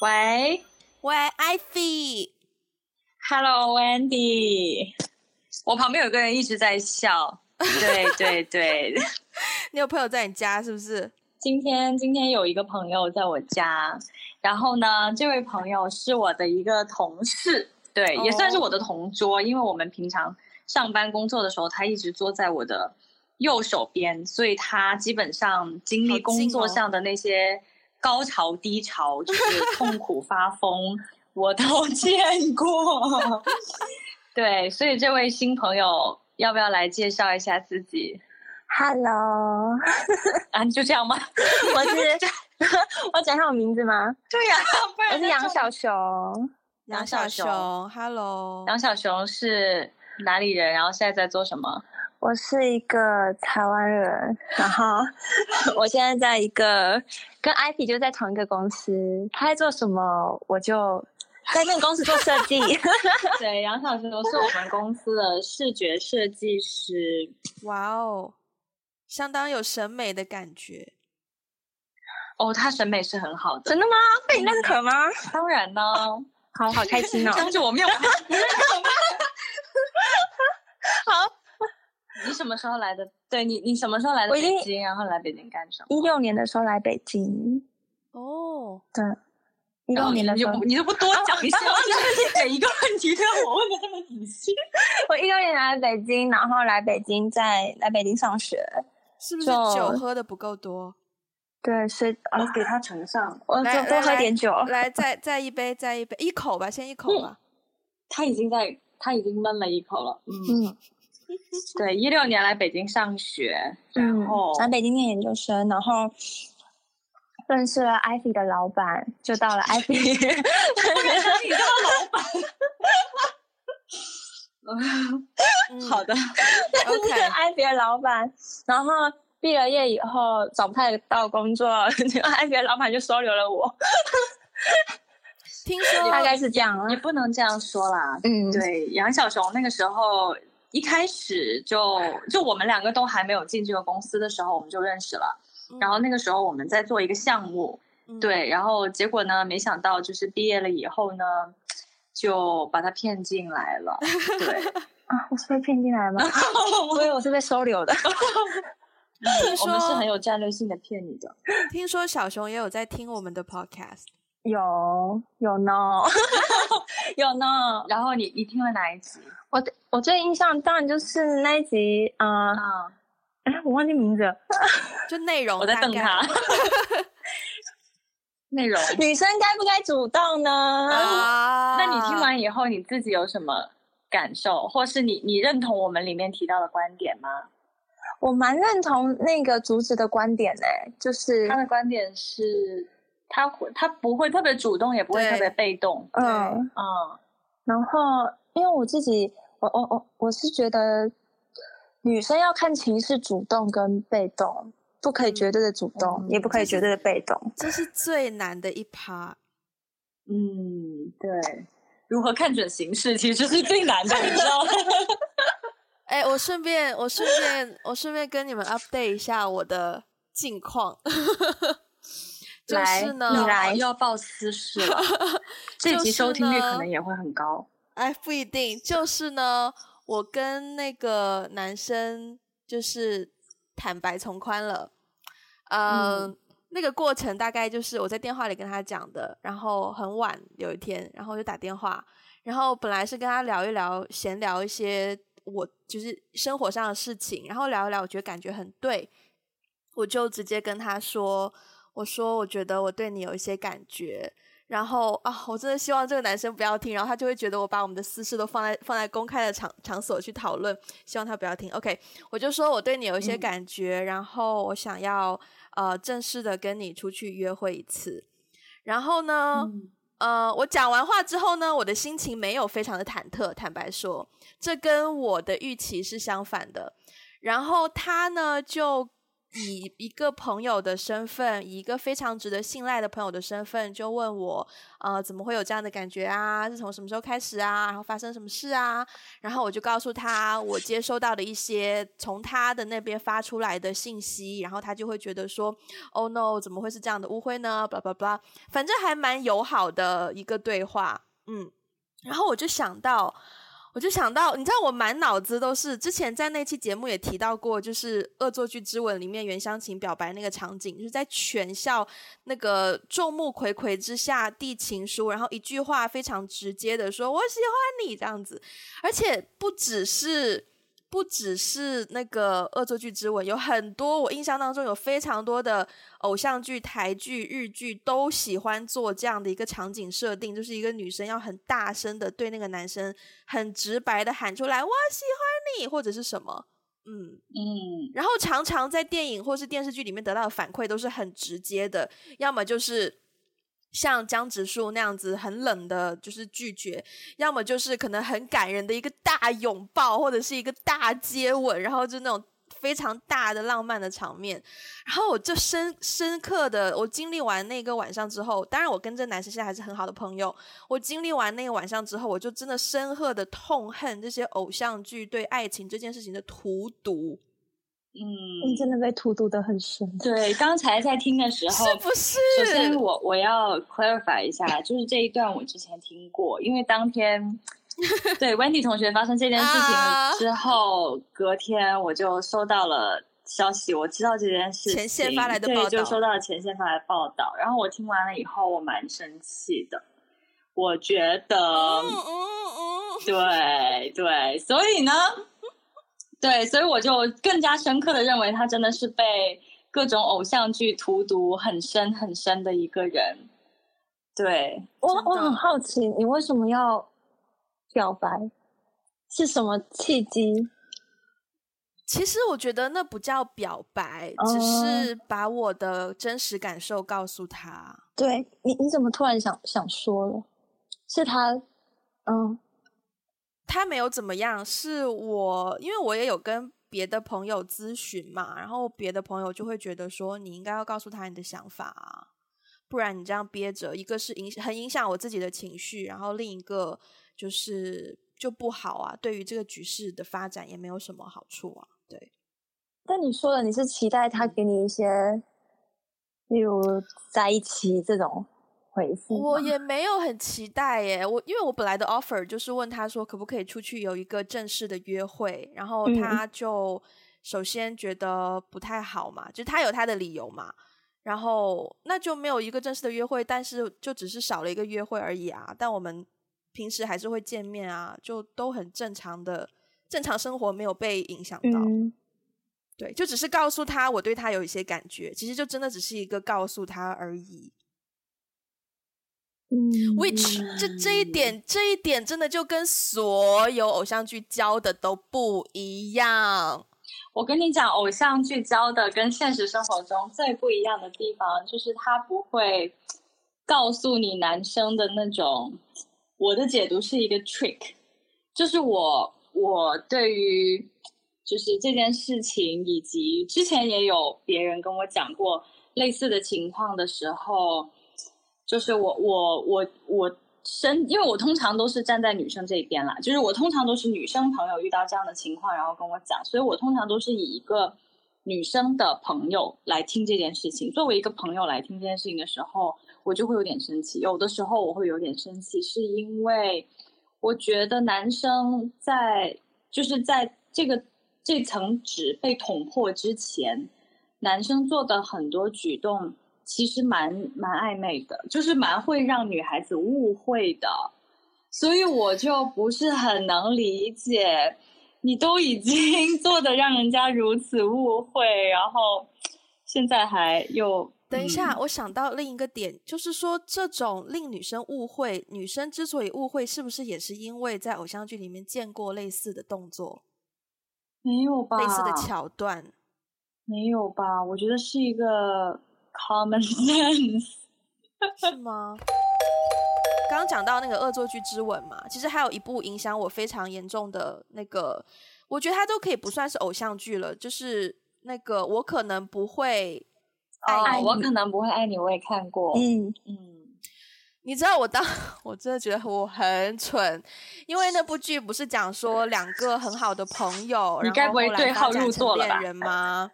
喂喂，Ivy。 ，Hello Wendy，我旁边有个人一直在笑。对对对，你有朋友在你家是不是？今天今天有一个朋友在我家，然后呢，这位朋友是我的一个同事，对，也算是我的哦同桌因为我们平常上班工作的时候，他一直坐在我的右手边，所以他基本上经好历近工作哦上的那些高潮低潮，就是痛苦发疯，我都 见过。对，所以这位新朋友要不要来介绍一下自己？ Hello，啊，就这样吗？ 我是 我讲一下我名字吗？ 对呀、不然我是那杨就小熊，杨小小熊，Hello。杨小熊是哪里人？然后现在在做什么？ 我是一个台湾人，然后 我现在在一个跟 IP 就在同一个公司，他在做什么我就在那个公司做设计。 对，杨小熊是我们公司的视觉设计师。哇哦，相当有审美的感觉。 哦，他审美是很好的，真的吗？被你认可吗？当然 呢，好好开心哦！当着我 面。 好，你什么时候来的？对你，你什么时候来的我已北经京？然后来北京干什么？一六年的时候来北京，哦，对，一然六后你年的时就候不，你都不多讲一下， 每一个问题都要我问的这么仔细。我一六年来北京，然后来北京在来北京上学，是不是就酒喝的不够多？对，所以啊，给他呈上，我来就多来喝来点酒。来，再再一杯，再一杯，一口吧，先一口吧。他已经在，他已经闷了一口了。嗯，嗯对，一六年来北京上学，嗯后，来北京念研究生，然后认识了 Ivy 的老板，就到 了 Ivy。你当 老板。嗯，好的，就是 OK，艾比的老板，然后毕了业以后找不太到工作，艾比的老 板就收留了我，听说大概是这样啊也。不能这样说啦。嗯，对，杨小熊那个时候一开始就就我们两个都还没有进这个公司的时候，我们就认识了。然后那个时候我们在做一个项目，嗯，对，然后结果呢，没想到就是毕业了以后呢，就把他骗进来 了。对， 啊，我是被骗进 来吗？啊我以为我是被收留的。听我们是很说有战略性的骗你的。听说小熊也有在听我们的 podcast，有有呢， 有呢。然后你你听了哪一集？我我最印象当然就是那一集，啊，嗯啊、哎，我忘记名字了， 就内容我在大瞪概他。 内容，女生该不该主动呢？啊。那你听完以后你自己有什么感受，或是你你认同我们里面提到的观点吗？我蛮认同那个竹子的观点呢、就是他的观点是，他会他不会特别主动，也不会对特别被动。嗯。嗯，然后，因为我自己，我我我我是觉得，女生要看情绪主动跟被动，不可以绝对的主动，嗯也不可以绝对的被动。这是最难的一趴，嗯，对，如何看准形势其实是最难的，你知道吗？哎，我顺便，我顺便，我顺便跟你们 update 一下我的近况。 就来是呢，你来要报私事 了，这就集是收听率可呢能也会很高。哎，不一定，就是呢，我跟那个男生就是坦白从宽了，呃、嗯，那个过程大概就是我在电话里跟他讲的，然后很晚有一天，然后就打电话，然后本来是跟他聊一聊，闲聊一些我就是生活上的事情，然后聊一聊，我觉得感觉很对，我就直接跟他说，我说我觉得我对你有一些感觉，然后啊，我真的希望这个男生不要听，然后他就会觉得我把我们的私事都放在放在公开的场场所去讨论，希望他不要听。OK，我就说我对你有一些嗯感觉，然后我想要呃正式的跟你出去约会一次，然后呢，嗯呃，我讲完话之后呢，我的心情没有非常的忐忑，坦白说，这跟我的预期是相反的。然后他呢就以一个朋友的身份，以一个非常值得信赖的朋友的身份，就问我，呃，怎么会有这样的感觉啊？是从什么时候开始啊？然后发生什么事啊？然后我就告诉他我接收到的一些从他的那边发出来的信息，然后他就会觉得说，Oh no，怎么会是这样的误会呢？blah blah blah，反正还蛮友好的一个对话，嗯。然后我就想到，我就想到，你知道我满脑子都是之前在那期节目也提到过，就是《恶作剧之吻》里面袁湘琴表白那个场景，就是在全校那个众目睽睽之下递情书，然后一句话非常直接的说“我喜欢你”这样子，而且不只是。不只是那个《恶作剧之吻》，有很多我印象当中有非常多的偶像剧、台剧、日剧都喜欢做这样的一个场景设定，就是一个女生要很大声的对那个男生很直白的喊出来“我喜欢你”或者是什么，嗯，嗯，然后常常在电影或是电视剧里面得到的反馈都是很直接的，要么就是像江直树那样子很冷的，就是拒绝；要么就是可能很感人的一个大拥抱，或者是一个大接吻，然后就那种非常大的浪漫的场面。然后我就深深刻的，我经历完那个晚上之后，当然我跟这男生现在还是很好的朋友。我经历完那个晚上之后，我就真的深刻的痛恨这些偶像剧对爱情这件事情的荼毒。嗯，真的被荼毒的很深。对，刚才在听的时候，是不是？首先我我要 clarify 一下，就是这一段我之前听过，因为当天 对 Wendy 同学发生这件事啊情之后，隔天我就收到了消息，我知道这件事情，前线发来的报道对，就收到了前线发来的报道。然后我听完了以后，我蛮生气的，我觉得。嗯嗯嗯，对对，所以呢，对，所以我就更加深刻的认为他真的是被各种偶像剧荼毒很深很深的一个人。对， 我真的我很好奇，你为什么要表白？是什么契机？其实我觉得那不叫表白，哦只是把我的真实感受告诉他。对你你怎么突然想想说了？是他，嗯，他没有怎么样，是我，因为我也有跟别的朋友咨询嘛，然后别的朋友就会觉得说，你应该要告诉他你的想法啊，不然你这样憋着，一个是影很影响我自己的情绪，然后另一个就是就不好啊，对于这个局势的发展也没有什么好处啊。对，但你说了，你是期待他给你一些，例如在一起这种回复吗。我也没有很期待耶，我因为我本来的 offer 就是问他说可不可以出去有一个正式的约会，然后嗯他就首先觉得不太好嘛，就他有他的理由嘛，然后那就没有一个正式的约会，但是就只是少了一个约会而已啊，但我们平时还是会见面啊，就都很正常的正常生活没有被影响到，嗯，对，就只是告诉他我对他有一些感觉，其实就真的只是一个告诉他而已，嗯 which 这这一点，这一点真的就跟所有偶像剧教的都不一样。我跟你讲，偶像剧教的跟现实生活中最不一样的地方，就是他不会告诉你男生的那种。我的解读是一个 trick，就是我我对于就是这件事情，以及之前也有别人跟我讲过类似的情况的时候，就是我我我我身，因为我通常都是站在女生这一边啦，就是我通常都是女生朋友遇到这样的情况，然后跟我讲，所以我通常都是以一个女生的朋友来听这件事情，作为一个朋友来听这件事情的时候，我就会有点生气。有的时候我会有点生气，是因为我觉得男生在就是在这个这层纸被捅破之前，男生做的很多举动其实蛮蛮暧昧的，就是蛮会让女孩子误会的，所以我就不是很能理解，你都已经 做的让人家如此误会，然后现在还又等一下，嗯我想到另一个点，就是说这种令女生误会，女生之所以误会，是不是也是因为在偶像剧里面见过类似的动作、没有吧？类似的桥段？没有吧？我觉得是一个 common sense。 是吗？刚刚讲到那个《恶作剧之吻》嘛，其实还有一部影响我非常严重的那个，我觉得它都可以不算是偶像剧了，就是那个我可能不会爱哦，你。我可能不会爱你，我也看过，嗯，嗯，你知道我当 我真的觉得我很蠢，因为那部剧不是讲说两个很好的朋友，你然该后不会后来对发号展入成座了恋吧人吗？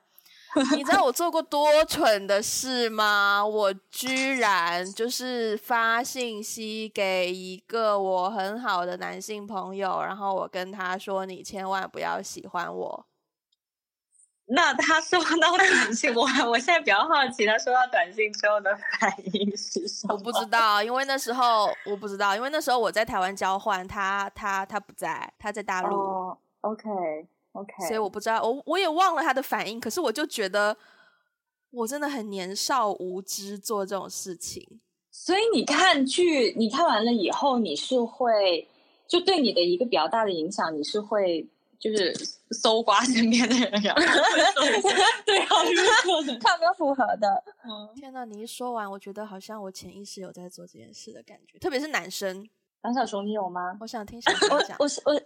你知道我做过多蠢的事吗？我居然就是发信息给一个我很好的男性朋友，然后我跟他说：“你千万不要喜欢我。 那他收到短信，我我现在比较好奇，他收到短信之后的反应是什”么？我不知道，因为那时候我不知道，因为那时候我在台湾交换，他他他不在，他在大陆。哦，OK OK，所以我不知道，我我也忘了他的反应。可是我就觉得，我真的很年少无知做这种事情。所以你看剧，你看完了以后，你是会就对你的一个比较大的影响，你是会就是搜刮身边的人，然后 对啊号入座的。看有没有符合的？天呐，你一说完，我觉得好像我潜意识有在做这件事的感觉，特别是男生。梁小虫，你有吗？我想听小哦熊讲，我是我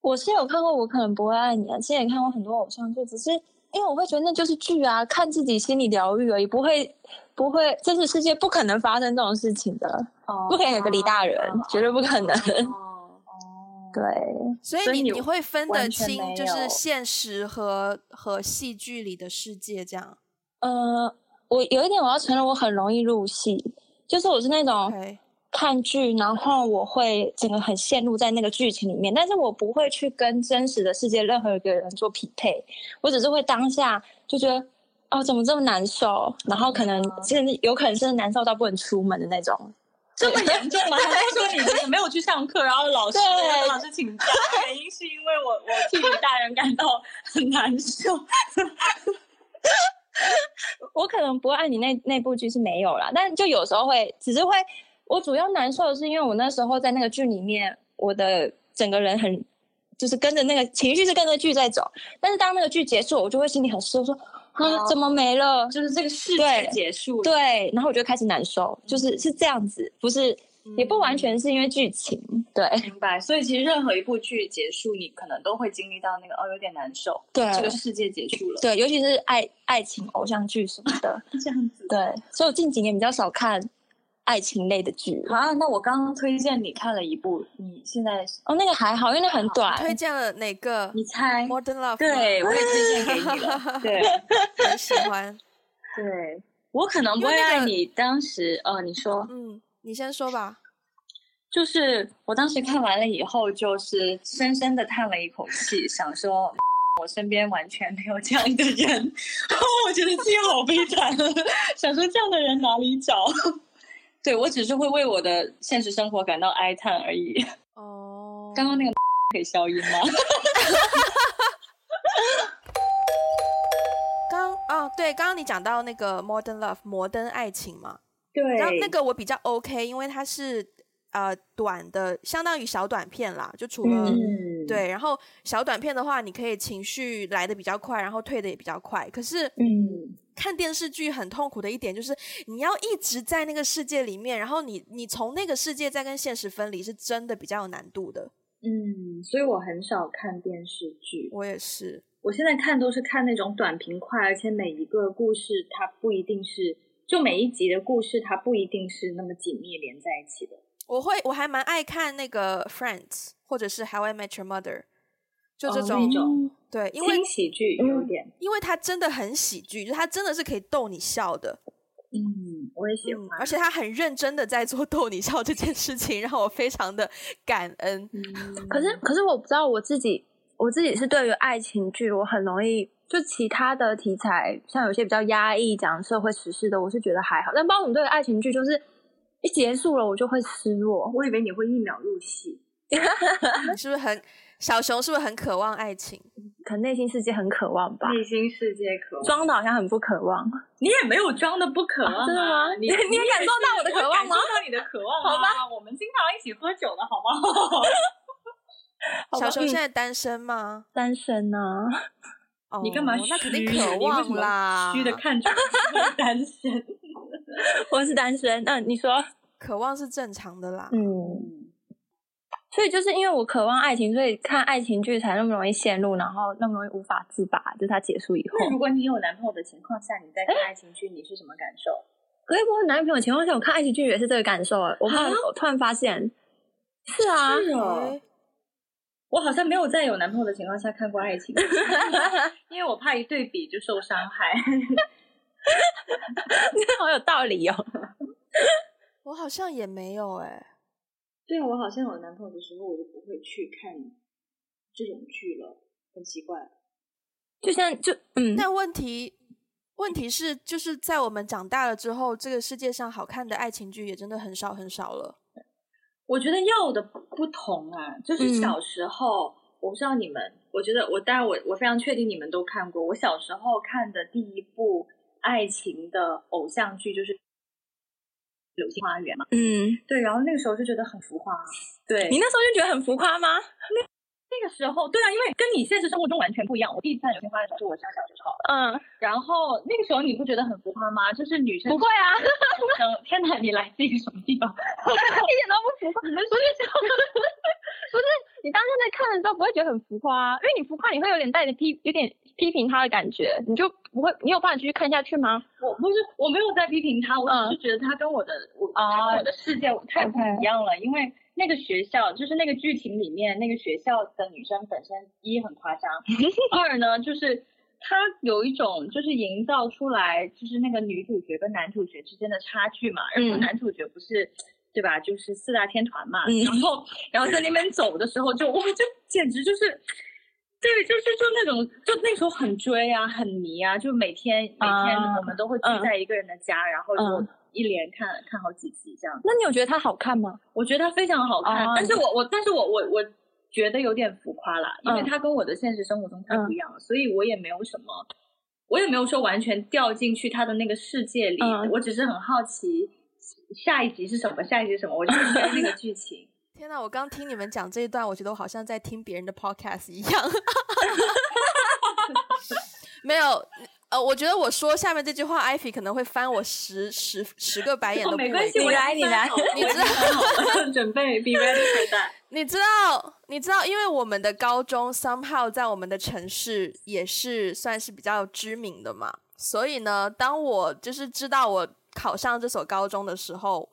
我是有看过，我可能不会爱你啊。之前也看过很多偶像剧，只是因为我会觉得那就是剧啊，看自己心理疗愈而已，不会不会，真实世界不可能发生这种事情的，哦啊不可能有个李大人，绝对不可能。哦 哦， 对，所以所以你你你会分得完全清，没就是有现实和和戏剧里的世界这样。呃，我有一点我要承认，我很容易入戏，就是我是那哦种。 OK，看剧，然后我会整个很陷入在那个剧情里面，但是我不会去跟真实的世界任何一个人做匹配，我只是会当下就觉得，哦，怎么这么难受？然后可能啊甚至有可能是难受到不能出门的那种。这么严重 吗？还在说你这个没有去上课，然后老师对老师请 假，原因是因为我我替李大人感到很难受。我可能不会爱你那那部剧是没有啦，但就有时候会，只是会，我主要难受的是因为我那时候在那个剧里面，我的整个人很就是跟着那个情绪是跟着剧在走，但是当那个剧结束，我就会心里很失落，说啊哦怎么没了？就是这个事对情结束了，对，然后我就开始难受，就是是这样子，不是也不完全是因为剧情，对明白。所以其实任何一部剧结束，你可能都会经历到那个哦，有点难受，对这个世界结束了，对，尤其是爱爱情偶像剧什么的，这样子。对，所以我近几年比较少看爱情类的剧。啊，那我刚刚推荐你看了一部，你现在哦，那个还好，因为那很短，推荐了哪个你猜？ ？Modern Love，对，我也推荐给你 了。对 很喜欢。对，我可能因不为会那个爱你。当时呃，你说嗯，你先说吧。就是我当时看完了以后，就是深深的叹了一口气，想说。我身边完全没有这样的人， 哦我觉得自己好悲惨，啊 想说这样的人哪里找？ 对我只是会为我的现实生活感到哀叹而已。哦，刚刚那个可以消音吗？ 刚哦，对，刚刚你讲到那个 Modern Love 摩登爱情嘛，对然后那个我比较 OK，因为它是呃短的，相当于小短片啦，就除了、嗯，对，然后小短片的话，你可以情绪来的比较快，然后退的也比较快。可是嗯，看电视剧很痛苦的一点就是，你要一直在那个世界里面，然后你你从那个世界再跟现实分离，是真的比较有难度的。嗯，所以我很少看电视剧，我也是，我现在看都是看那种短平快，而且每一个故事它不一定是，就每一集的故事它不一定是那么紧密连在一起的。我会我还蛮爱看那个 Friends 或者是 How I Met Your Mother，就这哦种、那嗯种对，因为嗯轻喜剧有点，因为它真的很喜剧，就是它真的是可以逗你笑的，嗯，我也喜嗯欢，，而且他很认真的在做逗你笑这件事情，让我非常的感恩。嗯可是，可是我不知道我自己，我自己是对于爱情剧，我很容易就其他的题材，像有些比较压抑讲社会时事的，我是觉得还好。但包括我们对于爱情剧，就是一结束了我就会失落。我以为你会一秒入戏，啊你是不是很小熊？是不是很渴望爱情？可能内心世界很渴望吧，内心世界渴望，装的好像很不渴望。你也没有装的不渴望、啊啊真的吗 你你你也感受到我的渴望我吗感受到你的渴望、好吧，我们经常一起喝酒的好吗？ 好吧小熊嗯现在单身吗？单身呢、 哦，你干嘛虚呀？那肯定你为渴什望么啦，虚的看着我单身。我是单身。那你说，嗯渴望是正常的啦。嗯，所以就是因为我渴望爱情，所以看爱情剧才那么容易陷入，然后那么容易无法自拔。就是它结束以后，那如果你有男朋友的情况下，你在看爱情剧，你是什么感受？可是我有男朋友的情况下，我看爱情剧也是这个感受啊。我突然我突然发现， 是啊，是哦，诶我好像没有在有男朋友的情况下看过爱情 剧，因为我怕一对比就受伤害。好有道理哦。我好像也没有哎、对啊，我好像有男朋友的时候，我就不会去看这种剧了，很奇怪。 就像就嗯，那问题问题是，就是在我们长大了之后，这个世界上好看的爱情剧也真的很少很少了。我觉得要的不不同啊，就是嗯小时候，我不知道你们，我觉得我当然我我非常确定你们都看过。我小时候看的第一部爱情的偶像剧就是《流星花园》嘛，嗯，对，然后那个时候就觉得很浮夸，对，你那时候就觉得很浮夸吗？那个时候对啊，因为跟你现实生活中完全不一样。我第一次看《流星花园》的时候，我上小学时候，嗯，然后那个时候你不觉得很浮夸吗？就是女生不会啊， 一出生，天哪，你来自于什么地方？点都不浮夸。 你们不是不是你当时在看的时候不会觉得很浮夸、啊因为你浮夸你会有点带着批有点批评他的感觉，你就不会你有办法继续看下去吗？我不是，我没有在批评他，我嗯只是觉得他跟我的、我啊哦他跟我的世界太不 OK 一样了，因为那个学校就是那个剧情里面那个学校的女生本身一很夸 张，二呢就是她有一种就是营造出来就是那个女主角跟男主角之间的差距嘛，然后嗯男主角不是。对吧？就是四大天团嘛，嗯然后然后在那边走的时候就，哇，就简直就是，对，就是就那种，就那时候很追啊，很迷啊，就每天每天啊我们都会聚嗯在一个人的家，然后嗯就一连看看好几集这样。那你有觉得它好看吗？我觉得它非常好看，哦但是我我但是我我我觉得有点浮夸啦，因为嗯它跟我的现实生活中太不一样了，所以我也没有什么，我也没有说完全掉进去他的那个世界里，嗯我只是很好奇下一集是什么，下一集是什么，我就追那个剧情。天呐，我刚听你们讲这一段，我觉得我好像在听别人的 podcast 一样。 没有，呃，我觉得我说下面这句话，艾菲可能会翻我十十十个白眼哦都不没为关系，过我你来已你经翻来好 了你我已知经翻好了准备 be ready for that。你知道，你知道，因为我们的高中 somehow 在我们的城市也是算是比较知名的嘛，所以呢，当我就是知道我考上这所高中的时候，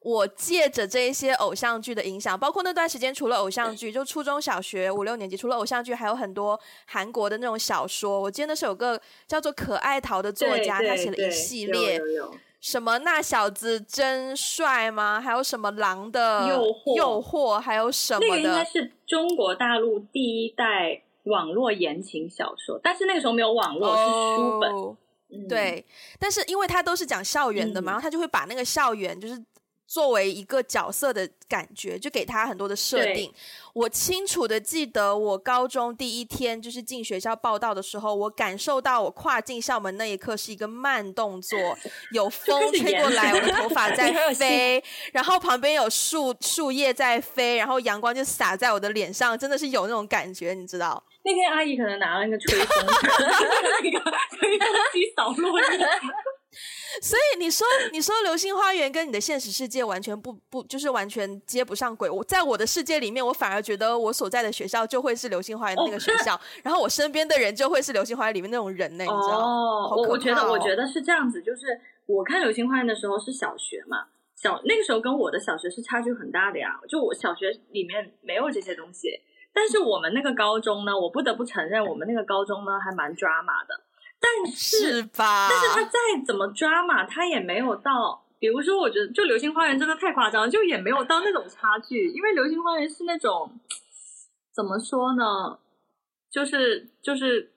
我借着这一些偶像剧的影响，包括那段时间除了偶像剧，就初中小学五六年级除了偶像剧，还有很多韩国的那种小说。我记得那是有个叫做可爱桃的作对家，对他写了 一对系有列有有什么那小子真帅吗？还有什么狼的诱惑诱惑还有什那么个应该的？是中国大陆第一代网络言情小说，但是那个时候没有网络，是书本。哦，嗯，对，但是因为他都是讲校园的嗯嘛，然后他就会把那个校园就是作为一个角色的感觉，就给他很多的设对定。我清楚的记得，我高中第一天就是进学校报道的时候，我感受到我跨进校门那一刻是一个慢动作， 有风始吹演过来，我的头 发你很在有戏飞，然后旁边有树树叶在飞，然后阳光就洒在我的脸上，真的是有那种感觉，你知道。那天阿姨可能拿了那个吹风， 那个吹风机扫 落叶。所以你说，你说《流星花园》跟你的现实世界完全不不，就是完全接不上轨。我在我的世界里面，我反而觉得我所在的学校就会是《流星花园》的那个学 校，然后我身边的人就会是《流星花园》里面那种人呢，哎你知道？好我可我觉怕得我哦觉得是这样子，就是我看《流星花园》的时候是小学嘛，小那个时候跟我的小学是差距很大的呀。就我小学里面没有这些东西，但是我们那个高中呢，我不得不承认，我们那个高中呢还蛮 drama 的，但是是吧？但是他再怎么抓嘛，他也没有到，比如说，我觉得就《流星花园》真的太夸张了，就也没有到那种差距，因为《流星花园》是那种怎么说呢，就是就是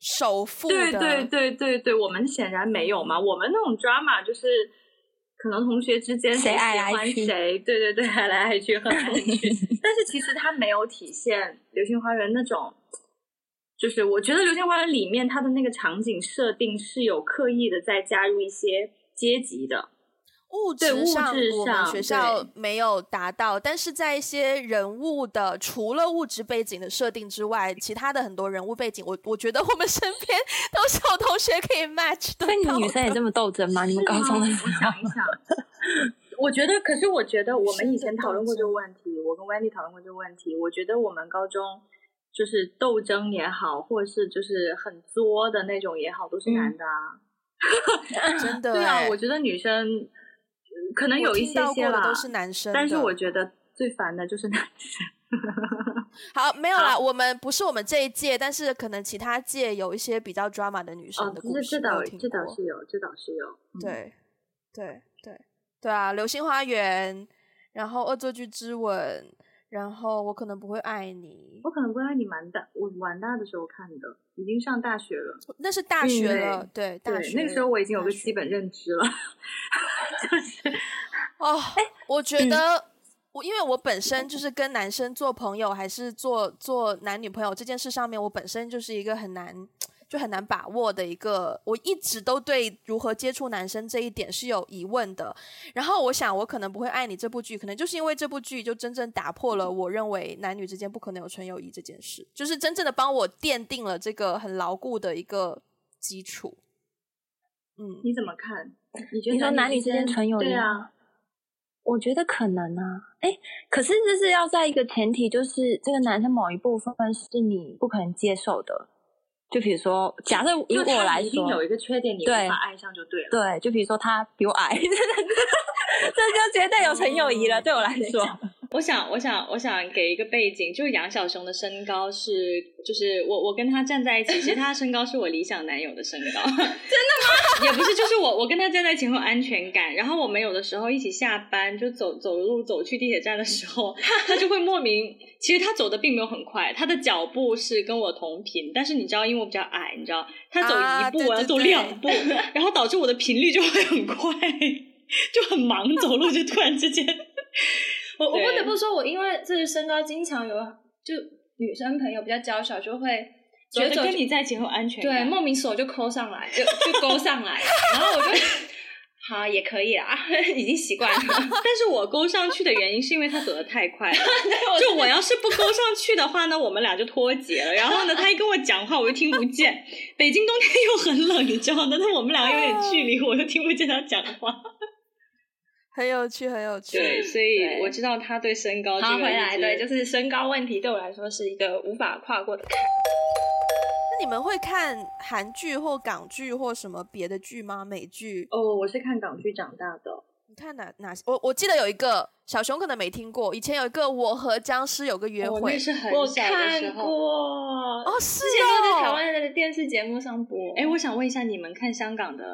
首富对的对对对对，我们显然没有嘛，我们那种 drama 就是。可能同学之间谁喜爱来欢去谁，对对 对，爱来爱去，恨来恨 去。但是其实它没有体现《流星花园》那种，就是我觉得《流星花园》里面它的那个场景设定是有刻意的在加入一些阶级的，物对质物上质我们上学校对没有达到，但是在一些人物的除了物质背景的设定之外，其他的很多人物背景，我我觉得我们身边都是有同学可以 match 的。所以你们女生也这么斗争吗？你们是高中吗的时我候想一想， 我觉得，可是我觉得我们以前是的讨论过这个问题，我跟 Wendy 讨论过这个问题。我觉得我们高中就是斗争也好，或者是就是很作的那种也好，都是男的啊。真 的对啊，欸我觉得女生呃可能我有一听些到些过的啦，都是男生的，但是我觉得最烦的 就是男哦生。好没有啦，我们不是我们这一届，但是可能其他届有一些比较 drama 的女生哦的，故这事，这我倒有听这倒过是有，这倒是有。嗯，对，对，对，对啊，《流星花园》，然后《恶作剧之吻》，然后我可能不会爱你我，可能不知道你蛮大，我蛮大的时候看的，已经上大学了。那是大嗯学对了，对，大对，学那个时候我已经有大个学基本认知了，就是哦，我觉得我因为我本身就是跟男生做朋友，还是做做男女朋友这件事上面，我本身就是一个很难就很难把握的一个，我一直都对如何接触男生这一点是有疑问的。然后我想，我可能不会爱你这部剧，可能就是因为这部剧就真正打破了我认为男女之间不可能有纯友谊这件事，就是真正的帮我奠定了这个很牢固的一个基础。嗯，你怎么看？你觉得你说男女之间纯友谊对吗啊， 我觉得可能啊，哎，可是这是要在一个前提，就是这个男生某一部分是你不可能接受的，就比如说，假设以就我他来一定说，有一个缺点，你无对法爱上就对了。对，就比如说他比我矮， 这就绝对有纯友谊了。对我来说，哦我想，我想，我想给一个背景，就是杨小熊的身高是，就是我我跟他站在一起，其实他的身高是我理想男友的身高，真的吗？也不是，就是我我跟他站在一起很有安全感，然后我们有的时候一起下班就走走路走去地铁站的时候，他就会莫名，其实他走的并没有很快，他的脚步是跟我同频，但是你知道，因为我比较矮，你知道，他走啊一步，对我要对走对两步， 然后导致我的频率就会很快，就很忙走路，就突然之间。我我不对得不说，我因为自己身高经常有就女生朋友比较娇小，就会觉得走跟就你在一起很有安全对感。莫名手就抠上来，就 就勾上来，然后我 就好也可以啊， 已经习惯了。但是我勾上去的原因是因为他走的太 快了，就我要是不勾上去的话呢，我们俩就脱节了。然后 呢，他一跟我讲话，我又听不见。北京冬天又很冷，你知道的，但我们俩有点距离，我又听不见他讲 话。很有趣，很有趣。对，所以我知道他对身高这然个后回来，一直对，就是身高问题对我来说是一个无法跨过的坎。那你们会看韩剧或港剧或什么别的剧吗？美剧？哦，我是看港剧长大的，你看哪哪些？我我记得有一个小熊可能没听过，以前有一个《我和僵尸有个约我会哦那》是很我小的时看候。过，哦，是之前都在台哦，湾的电视节目上播。哎，我想问一下，你们看香港的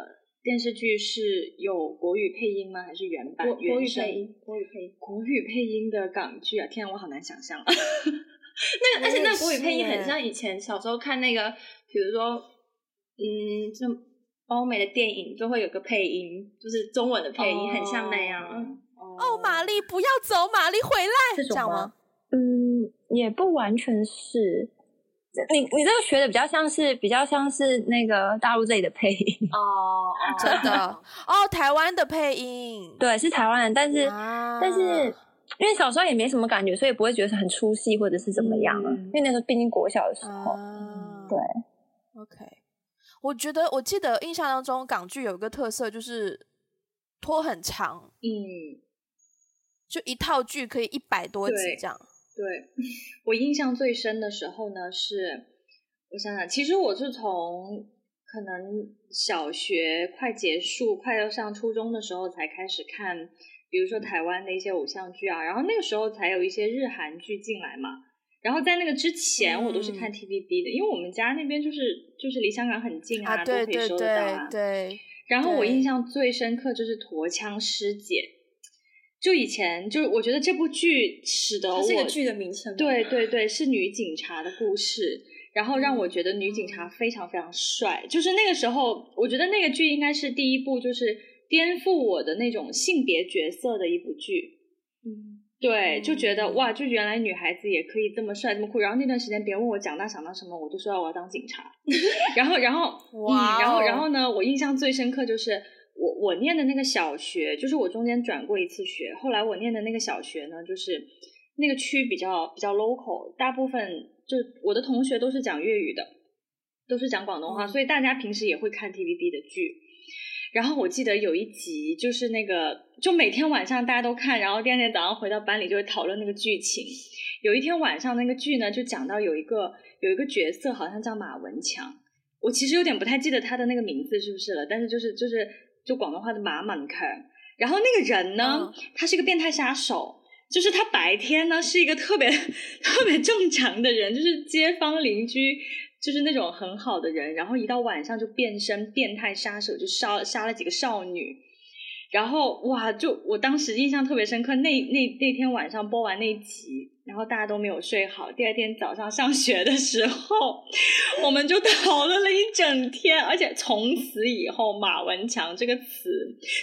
电视剧是有国语配音吗？还是原版国？国原语声配音，国语配音。国语配音的港剧啊，天啊，我好难想象 啊。那个，而且我那也个国语配音是很像以前小时候看那个，比如说，嗯，这欧美的电影就会有个配音，就是中文的配音，很像那样。哦，玛丽不要走，玛丽回来，这这种样吗？嗯，也不完全是。你你这个学的比较像是比较像是那个大陆这里的配音， 哦哦，真的哦，台湾的配音，对，是台湾人，但是、啊但是因为小时候也没什么感觉，所以不会觉得是很出戏或者是怎么样啊，嗯因为那时候毕竟国小的时候，啊，对，OK。我觉得，我记得印象当中，港剧有一个特色就是拖很长，嗯，就一套剧可以一百多集对这样。啊对 我印象最深的时候呢，是我想想，其实我是从可能小学快结束、快要上初中的时候才开始看，比如说台湾的一些偶像剧啊，然后那个时候才有一些日韩剧进来嘛。然后在那个之前，我都是看嗯 TVB 的，因为我们家那边就是就是离香港很近啊，对都可以对收得到啊对。对，然后我对印象最深刻就是《驼枪师姐》，就以前就是我觉得这部剧使得我它是一个剧的名称吗对对对，是女警察的故事，然后让我觉得女警察非常非常帅。就是那个时候，我觉得那个剧应该是第一部就是颠覆我的那种性别角色的一部剧。嗯，对，就觉得嗯哇，就原来女孩子也可以这么帅这么酷。然后那段时间，别人问我长大想当什么，我都说我要当警察。 然后，然 后，哇哦嗯，然后，然后呢？我印象最深刻就是我我念的那个小学，就是我中间转过一次学，后来我念的那个小学呢，就是那个区比较比较 local，大部分就我的同学都是讲粤语的，都是讲广东话，嗯所以大家平时也会看 TVB 的剧。然后我记得有一集就是那个，就每天晚上大家都看，然后第二天早上回到班里就会讨论那个剧情。有一天晚上那个剧呢，就讲到有一个有一个角色好像叫马文强，我其实有点不太记得他的那个名字是不是了，但是就是就是就广东话的马文强。然后那个人呢，他是一个变态杀手。就是他白天呢是一个特别 特别正常的人，就是街坊邻居，就是那种很好的人。然后一到晚上就变身变态杀手，就杀杀了几个少女。然后哇，就我当时印象特别深刻。那那那天晚上播完那一集，然后大家都没有睡好。第二天早上上学的时候，我们就讨论了一整天。而且从此以后，马文强这个词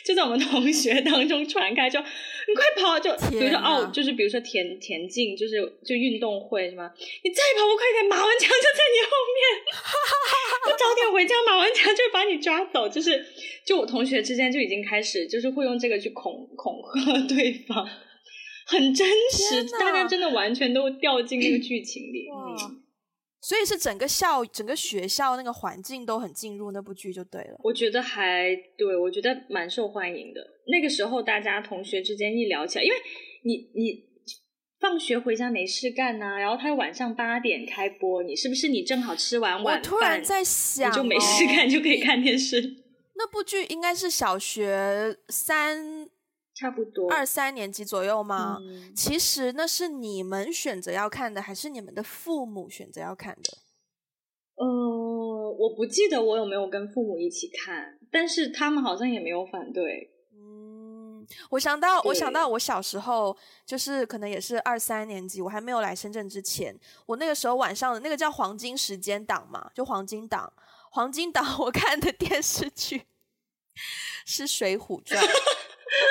就在我们同学当中传开，就你快跑！就比如天说呐哦，就是比如说田田径，就是就运动会什么，你再跑步快点，马文强就在你后面。不早点回家，马文强就把你抓走。就是，就我同学之间就已经开始，就是会用这个去恐恐吓对方，很真实，天哪大家真的完全都掉进那个剧情里。哇嗯，所以是整个校、整个学校那个环境都很进入那部剧就对了。我觉得还对，我觉得蛮受欢迎的。那个时候大家同学之间一聊起来，因为你你。放学回家没事干呐、然后他晚上八点开播，你是不是你正好吃完我晚饭，突然在想、你哦，就没事干就可以看电视， 那部剧应该是小学三差不多二啊三年级左右吗？嗯其实那是你们选择要看的，还是你们的父母选择要看的？呃，我不记得我有没有跟父母一起看，但是他们好像也没有反对。 嗯，我想到，我想对到我小时候，就是可能也是二三年级，我还没有来深圳之前，我那个时候晚上的那个叫黄金时间档嘛，就黄金档，黄金档我看的电视剧是《水浒传》。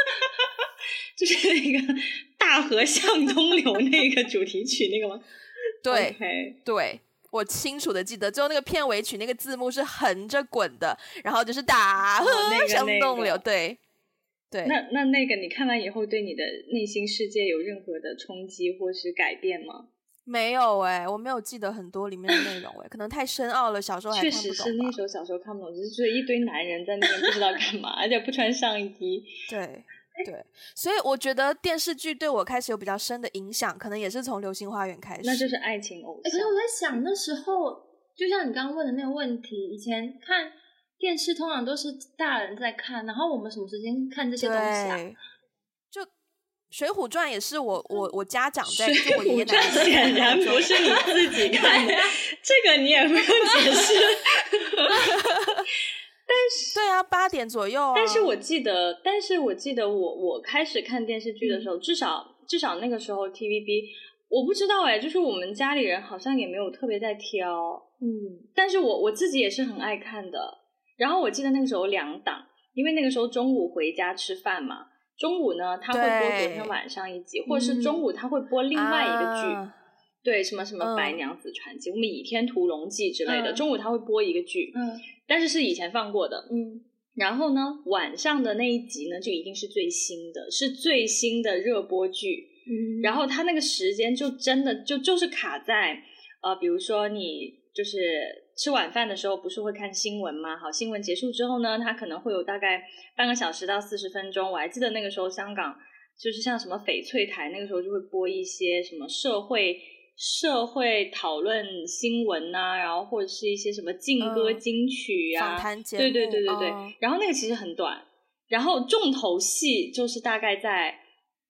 就是那个大河向东流 那个主题曲那个吗？对 OK 对，我清楚的记得，最后那个片尾曲那个字幕是横着滚的，然后就是大河哦那个向那东个流，对对，那那那个你看完以后对你的内心世界有任何的冲击或是改变吗？没有哎、我没有记得很多里面的内容哎、可能太深奥了，小时候还确看实不是懂吧那。时候小时候看不懂，就是觉得一堆男人在那边不知道干嘛，而且不穿上衣。对对，所以我觉得电视剧对我开始有比较深的影响，可能也是从《流星花园》开始。那就是爱情偶哎，可像是。我在想，那时候就像你刚刚问的那个问题，以前看电视通常都是大人在看，然后我们什么时间看这些东西啊？对，就《水浒传》也是我我我家长在，就我爷爷我奶奶这在显然看的不是你自己看的，这个你也不用解释。 对啊，八点左右啊。但是我记得，但是我记得我我开始看电视剧的嗯时候，至少至少那个时候 TVB，我不知道哎，就是我们家里人好像也没有特别在挑，嗯，但是我我自己也是很爱看的。然后我记得那个时候两档，因为那个时候中午回家吃饭嘛，中午呢他会播昨对嗯天晚上一集，或者是中午他会播另外一个剧。啊对，什么什么《白嗯娘子传奇》我们《倚天屠龙记》之类的，嗯中午他会播一个剧，嗯但是是以前放过的。嗯，然后呢，晚上的那一集呢，就一定是最新的，是最新的热播剧。嗯然后它那个时间就真的就就是卡在，呃，比如说你就是吃晚饭的时候，不是会看新闻吗？好，新闻结束之后呢，它可能会有大概半个小时到四十分钟。我还记得那个时候香港就是像什么翡翠台，那个时候就会播一些什么社会。社会讨论新闻呐、然后或者是一些什么劲歌嗯金曲呀、访谈节目，对对对对对。嗯哦然后那个其实很短，然后重头戏就是大概在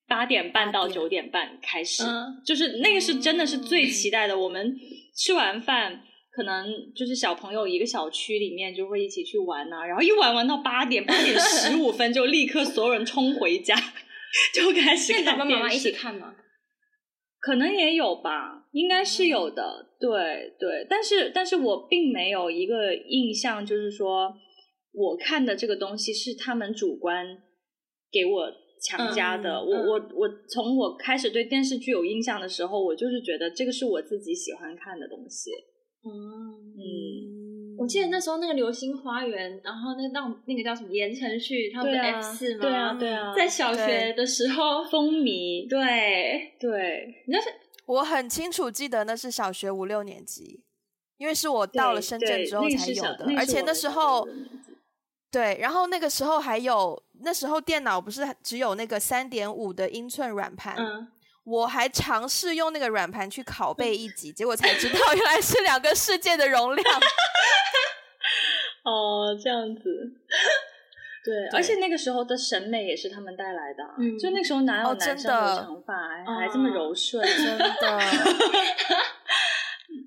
八点半到8点九点半开始，嗯就是那个是真的是最期待的。我们吃完饭。可能就是小朋友一个小区里面就会一起去玩呐、然后一玩玩到八点，八点十五分就立刻所有人冲回家， 就开始那看你爸爸妈妈电一视起看吗？可能也有吧，应该是有嗯的。对对，但是但是我并没有一个印象，就是说我看的这个东西是他们主观给我强加的。嗯我嗯我我从我开始对电视剧有印象的时候，我就是觉得这个是我自己喜欢看的东西。嗯，嗯，我记得那时候那个《流星花园》，然后那让那个叫什么言承旭他们对的啊 F 四吗？对啊对啊，在小学对的时候，风靡，对， 对你那是我很清楚记得那是小学五六年级，因为是我到了对深对圳之后那个才是有小的那，个而是且我那们时小学五候六年级对，然后那个时候还有，那时候电脑不是只有那个三点五的英寸软盘，嗯，我还尝试用那个软盘去拷贝一 集，结果才知道原来是两个世界的容量。哦，这样子。对，对而且那个时候的审美也是他们带来的啊，嗯就那时候哪有哦男生真的啊留长发、哎还还这么哦柔顺？真的，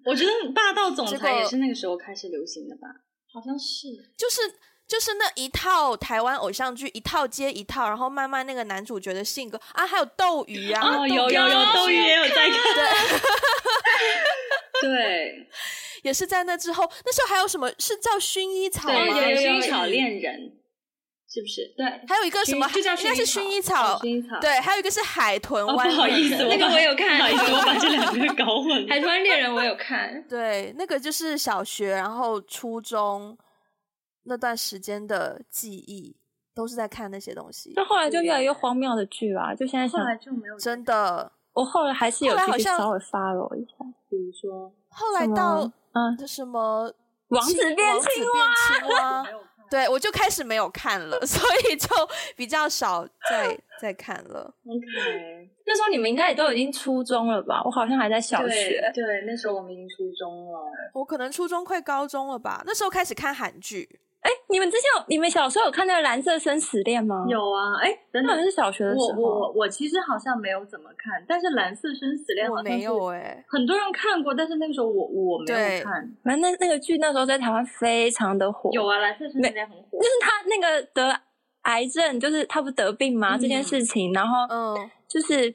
我觉得霸道总结裁也果是那个时候开始流行的吧？好像是就是就是那一套台湾偶像剧，一套接一套，然后慢慢那个男主角的性格啊，还有斗鱼啊，哦，有有有，斗鱼也有 在看。对，也是在那之后，那时候还有什么是叫薰衣草吗？对，有有有薰衣有草恋人，是不是？对，还有一嗯个什么，薰就叫应该是薰衣哦草，薰衣草。对，还有一个是海豚哦，湾、不好意思，那个把我有看不好意思，我把这两个搞混了。海豚猎人我有看，对，那个就是小学，然后初中那段时间的记忆，都是在看那些东西就，后来就越来越荒谬的剧啊，就现在想，就没有真的。我后来还是有后来好去像稍微 follow 一下，比如说，后来什么到嗯，那什么王青子变王子青变青蛙没有看对我就开始没有看了， 所以就比较少 再再看了。 OK，那时候你们应该也都已经初中了吧？我好像还在小学对。对，那时候我们已经初中了。我可能初中快高中了吧，那时候开始看韩剧，哎，你们之前有你们小时候有看那个《蓝色生死恋》吗？，有啊，哎，等那好等像，是小学的时我候。我我我其实好像没有怎么看，但是《蓝色生死恋》啊我好像没是有哎、很多人看过，但是那个时候我我没对有看。反正那那个剧那时候在台湾非常的火，有啊，《蓝色生死恋》很火就。是他那个得癌症，就是他不是得病吗？这件事情，然后嗯，就是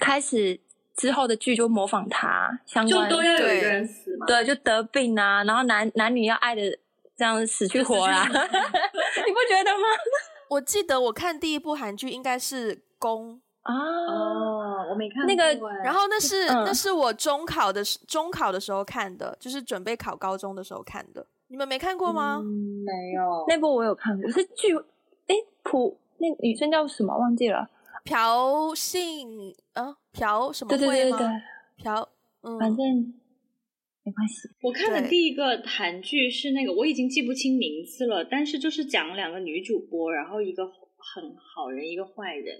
开始之后的剧就模仿他相就关都要有一对个人死嘛，对，就得病啊，然后男男女要爱的这样死去活来， 你不觉得吗？我记得我看第一部韩剧应该是《宫啊，哦，我没看那个过哎然后那是、嗯那是我中考的时中考的时候看的，就是准备考高中的时候看的。你们没看过吗？嗯，没有。那部我有看过，是剧，哎，朴那女生叫什么忘记了？朴信啊，朴什么对会吗？对对对对，朴嗯，反正没关系。我看的对第一个韩剧是那个，我已经记不清名字了，但是就是讲两个女主播，然后一个很好人，一个坏人，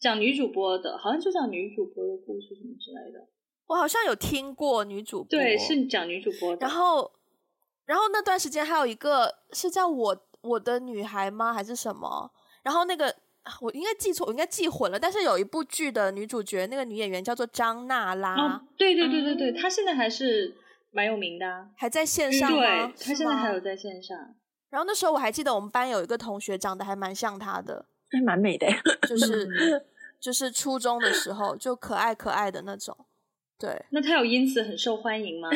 讲女主播的，好像就讲女主播的故事什么之类的。我好像有听过女主播，对，是讲女主播的。然后，然后那段时间还有一个是叫我我的女孩吗？还是什么？然后那个啊我应该记错，我应该记混了。但是有一部剧的女主角，那个女演员叫做张娜拉，啊，对对对对对，她现在还是蛮有名的啊。嗯还在线对，上吗？她是现在吗还有在线上。然后那时候我还记得我们班有一个同学长得还蛮像她的，还蛮美的， 就是就是初中的时候就可爱可爱的那种。对那她有因此很受欢迎吗？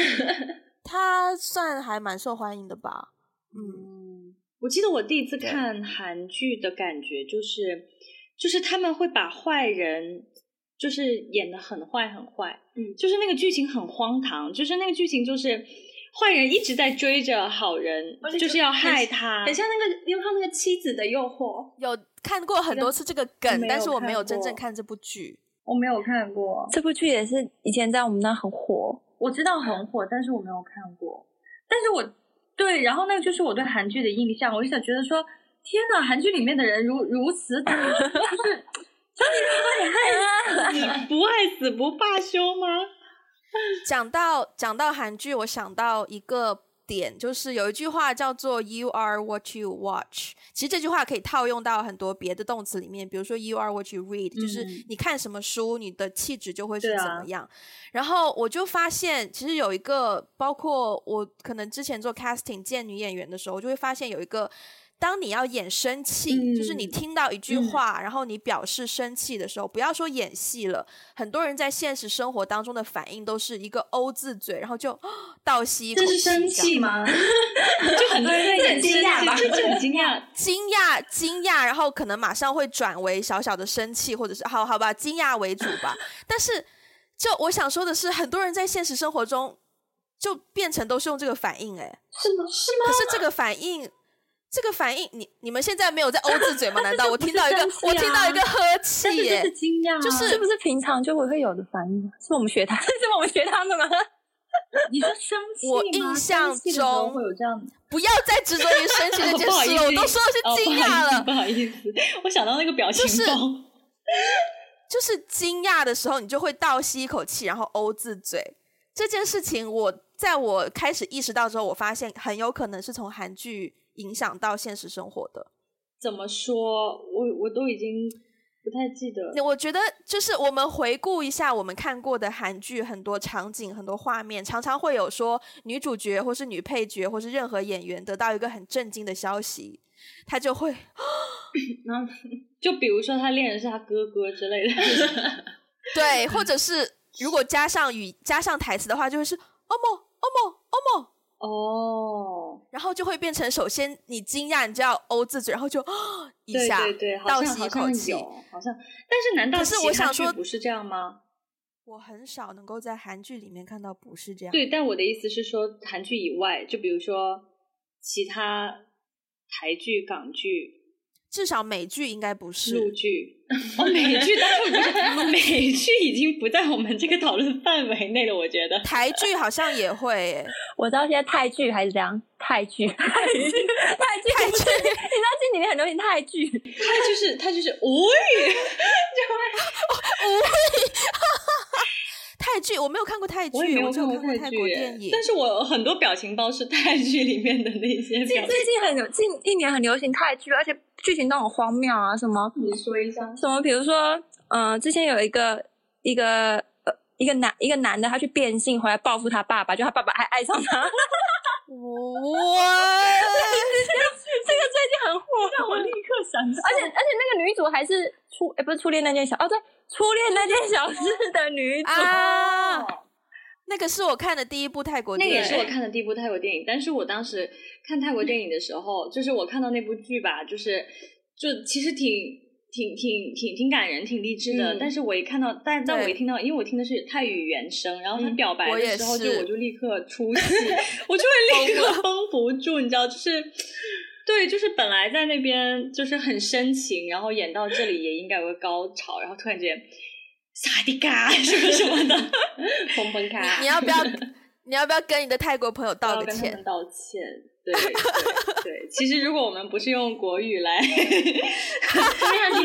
她算还蛮受欢迎的吧？嗯，嗯，我记得我第一次对看韩剧的感觉就是，就是他们会把坏人就是演的很坏很坏，嗯就是那个剧情很荒唐，就是那个剧情就是坏人一直在追着好人而且，就哦就是要很害他，很像那个，你有没有看那个《妻子的诱惑有看过很多次这个梗没，但有是我没看有真正过看这部剧。我没有看过，这部剧也是以前在我们那很火，我知道很火，但是我没有看过。但是我对，然后那个就是我对韩剧的印象，我就想觉得说，天呐，韩剧里面的人如如此，就是 你不爱死不罢休 吗？讲到讲到韩剧，我想到一个点，就是有一句话叫做 “You are what you watch”。其实这句话可以套用到很多别的动词里面，比如说 “You are what you read”，、就是嗯你看什么书，你的气质就会是对啊怎么样。然后我就发现，其实有一个，包括我可能之前做 casting 见女演员的时候，我就会发现有一个。当你要演生气，就是嗯你听到一句话，然后你表示生气的时候，不要说演戏了，很多人在现实生活当中的反应都是一个欧字嘴，然后就 倒吸一口这气，是生 气，吗？就很多人在这演很惊讶吧生气这这很惊讶。惊讶惊讶，然后可能马上会转为小小的生气，或者是好好吧，惊讶为主 吧。但是，就我想说的是，很多人在现实生活中就变成都是用这个反应、欸，哎，》是吗？是吗？可是这个反应。这个反应，你你们现在没有在欧字嘴吗？难道我听 到一个，生气啊我听到一个呵气哎但是耶、就是惊讶啊，就是 是不是平常就会会有的反应啊？是我们学他，是我们学他的吗？你是生气吗我印象生气的时候中会有这样不要再执着于生气 这件不好意事思了，我都说 哦的是惊讶了，不好意思，不好意思，我想到那个表情就是包，就是惊讶的时候，你就会倒吸一口气，然后哦自嘴。这件事情，我在我开始意识到之后，我发现很有可能是从韩剧影响到现实生活的。怎么说？我我都已经不太记得。我觉得就是我们回顾一下我们看过的韩剧，很多场景、很多画面，常常会有说女主角或是女配角或是任何演员得到一个很震惊的消息，她就会然后 就比如说他恋人是他哥哥 之类的，对，或者是如果加上语加上台词的话，就会 是哦莫哦莫哦莫，哦，然后就会变成首先你惊讶，你就要哦自己，然后 就啊一对下对对，好倒像吸好一口像气。有，好像，但是难道可是我其他想剧说不是这样吗？我很少能够在韩剧里面看到不是这样，对，但我的意思是说，韩剧以外，就比如说其他台剧、港剧、至少美剧应该不是。陆剧，哦，美剧当然不是，美剧已经不在我们这个讨论范围内了，我觉得。台剧好像也会耶，我知道现在泰剧还是这样，泰剧，泰剧，泰剧，你知道剧近几年很流行泰剧，他就是他 就是， 喂、泰剧我没有看过泰剧，我也没有只有看过看过泰剧国耶电影。但是我有很多表情包是泰剧里面的那些近表情。最近很流近一年很流行泰剧，而且剧情都很荒谬啊，什么你说一下，什么，比如说，嗯、之前有一个一个呃一个男一个男的，他去变性回来报复他爸爸，就他爸爸还爱上他， 我这个最近很火，让我立刻想起而且而且那个女主还是初诶不是初恋那件小哦对，初恋那件小事的女主， 啊，那个是我看的第一部泰国那电个影，也是我看的第一部泰国电影，但是我当时看泰国电影的时候，就是我看到那部剧吧，就是就其实挺挺挺挺挺感人、挺励志的。嗯但是我一看到，但但对我一听到，因为我听的是泰语原声，然后他嗯表白我也的时候，就是我就立刻 出戏，我就会立刻绷不住，你知道，就是对，就是本来在那边就是很深情，然后演到这里也应该有个高潮，然后突然间。萨迪嘎 什么什 么的，砰砰卡你要不要？你要不要跟你的泰国朋友道要个跟他歉们？道歉。对对对，其实如果我们不是用国语来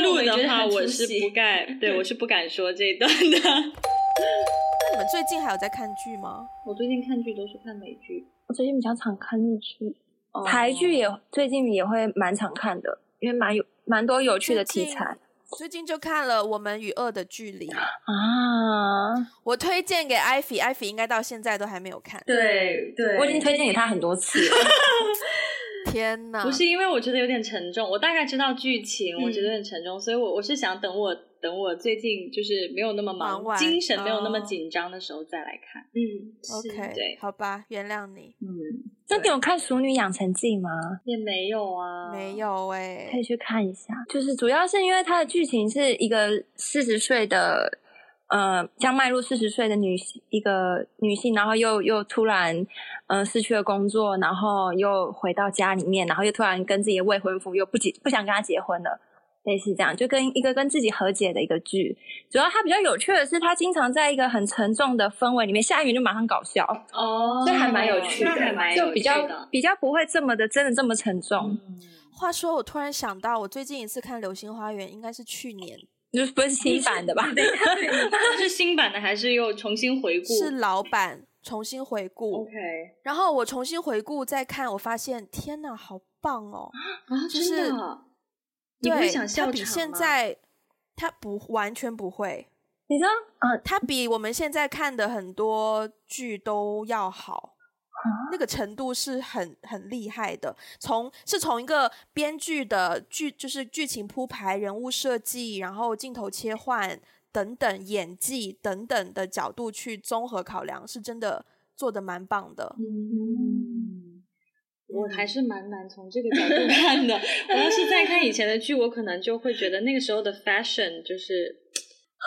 录觉的得话，很我出是戏不敢，对我是不敢说这一段的。那你们最近还有在看剧吗？我最近看剧都是看美剧，我最近比较常看日剧，台剧也最近也会蛮常看的，因为蛮有蛮多有趣的题材最近就看了《我们与恶的距离》，啊。我推荐给艾菲，艾菲应该到现在都还没有看。对对，我已经推荐给他很多次 了，天哪！不是因为我觉得有点沉重，我大概知道剧情，我觉嗯得有点沉重，所以我我是想等我等我最近就是没有那么忙完精神没有那么哦紧张的时候再来看。嗯是 OK，对好吧，原谅你，嗯，那你有看《熟女养成记》吗？也没有啊，没有哎、可以去看一下。就是主要是因为它的剧情是一个四十岁的，呃，将迈入四十岁的女性，一个女性，然后又又突然，呃，失去了工作，然后又回到家里面，然后又突然跟自己的未婚夫又不结不想跟他结婚了。类似这样，就跟一个跟自己和解的一个剧。主要它比较有趣的是，它经常在一个很沉重的氛围里面，下一秒就马上搞笑，哦，这还蛮有趣的那还蛮就有比趣较的。嗯比较不会这么的真的这么沉重。话说，我突然想到，我最近一次看《流星花园》应该是去年，就是不是新版的吧？ 那是新版的还是又重新回顾？哦是老版重新回顾， OK，然后我重新回顾再看，我发现天哪，好棒哦！啊，就真是的啊你不会对想笑它比场现吗在它不完全不会， 你知道，嗯，它比我们现在看的很多剧都要好，那个程度是很很厉害的。从是从一个编剧的剧，就是剧情铺排、人物设计，然后镜头切换等等、演技等等的角度去综合考量，是真的做的蛮棒的。嗯，我还是蛮难从这个角度看的。我要是再看以前的剧，我可能就会觉得那个时候的 fashion 就是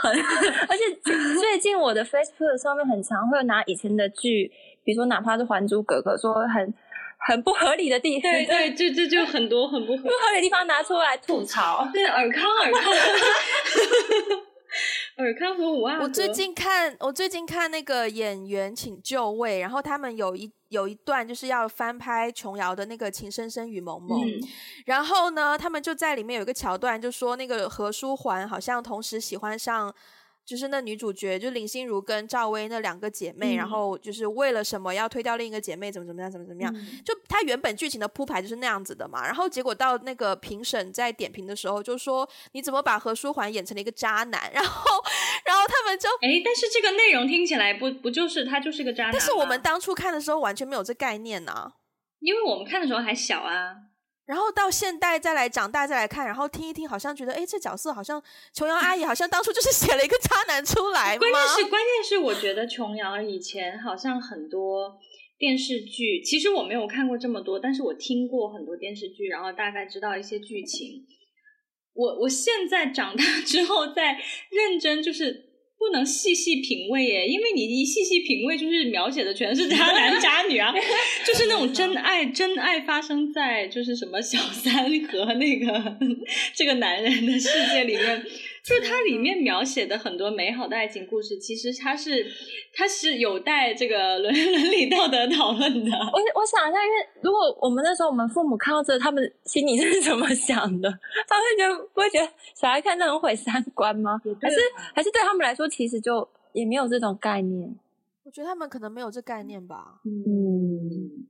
而且最 最近我的 Facebook 上面很常会拿以前的剧，比如说哪怕是《还珠格格》，说很很不合理的地，对 很对，这这就很多很不合哦不合理的地方拿出来吐槽。对尔康尔康。 尔康和伍阿我最和近看，我最近看那个演员请就位，然后他们有一有一段就是要翻拍琼瑶的那个《情深深雨蒙蒙》嗯然后呢，他们就在里面有一个桥段，就说那个何书桓好像同时喜欢上。就是那女主角，就林心如跟赵薇那两个姐妹，嗯然后就是为了什么要推掉另一个姐妹，怎么怎么样，怎么怎么样，嗯就它原本剧情的铺排就是那样子的嘛，然后结果到那个评审在点评的时候就说你怎么把何书桓演成了一个渣男， 然后然后他们就，哎，但是这个内容听起来不不就是他就是个渣男吗？但是我们当初看的时候完全没有这概念呐、因为我们看的时候还小啊，然后到现代再来长大再来看，然后听一听，好像觉得哎这角色好像琼瑶阿姨好像当初就是写了一个渣男出来吗关？键是关键是，我觉得琼瑶以前好像很多电视剧，其实我没有看过这么多，但是我听过很多电视剧，然后大概知道一些剧情。我我现在长大之后再认真就是。不能细细品味耶，因为你一细细品味，就是描写的全是渣男渣女啊，就是那种真爱，真爱发生在就是什么小三和那个 这个男人的世界 里面，就是它里面描写的很多美好的爱情故事，其实它是它是有待这个伦伦理道德讨论的。我我想一下，因为如果我们那时候我们父母看到这，他们心里是怎么想的？ 他们觉得不会觉得小孩看这很毁三观吗？还是还是对他们来说，其实就也没有这种概念。我觉得他们可能没有这概念吧。嗯，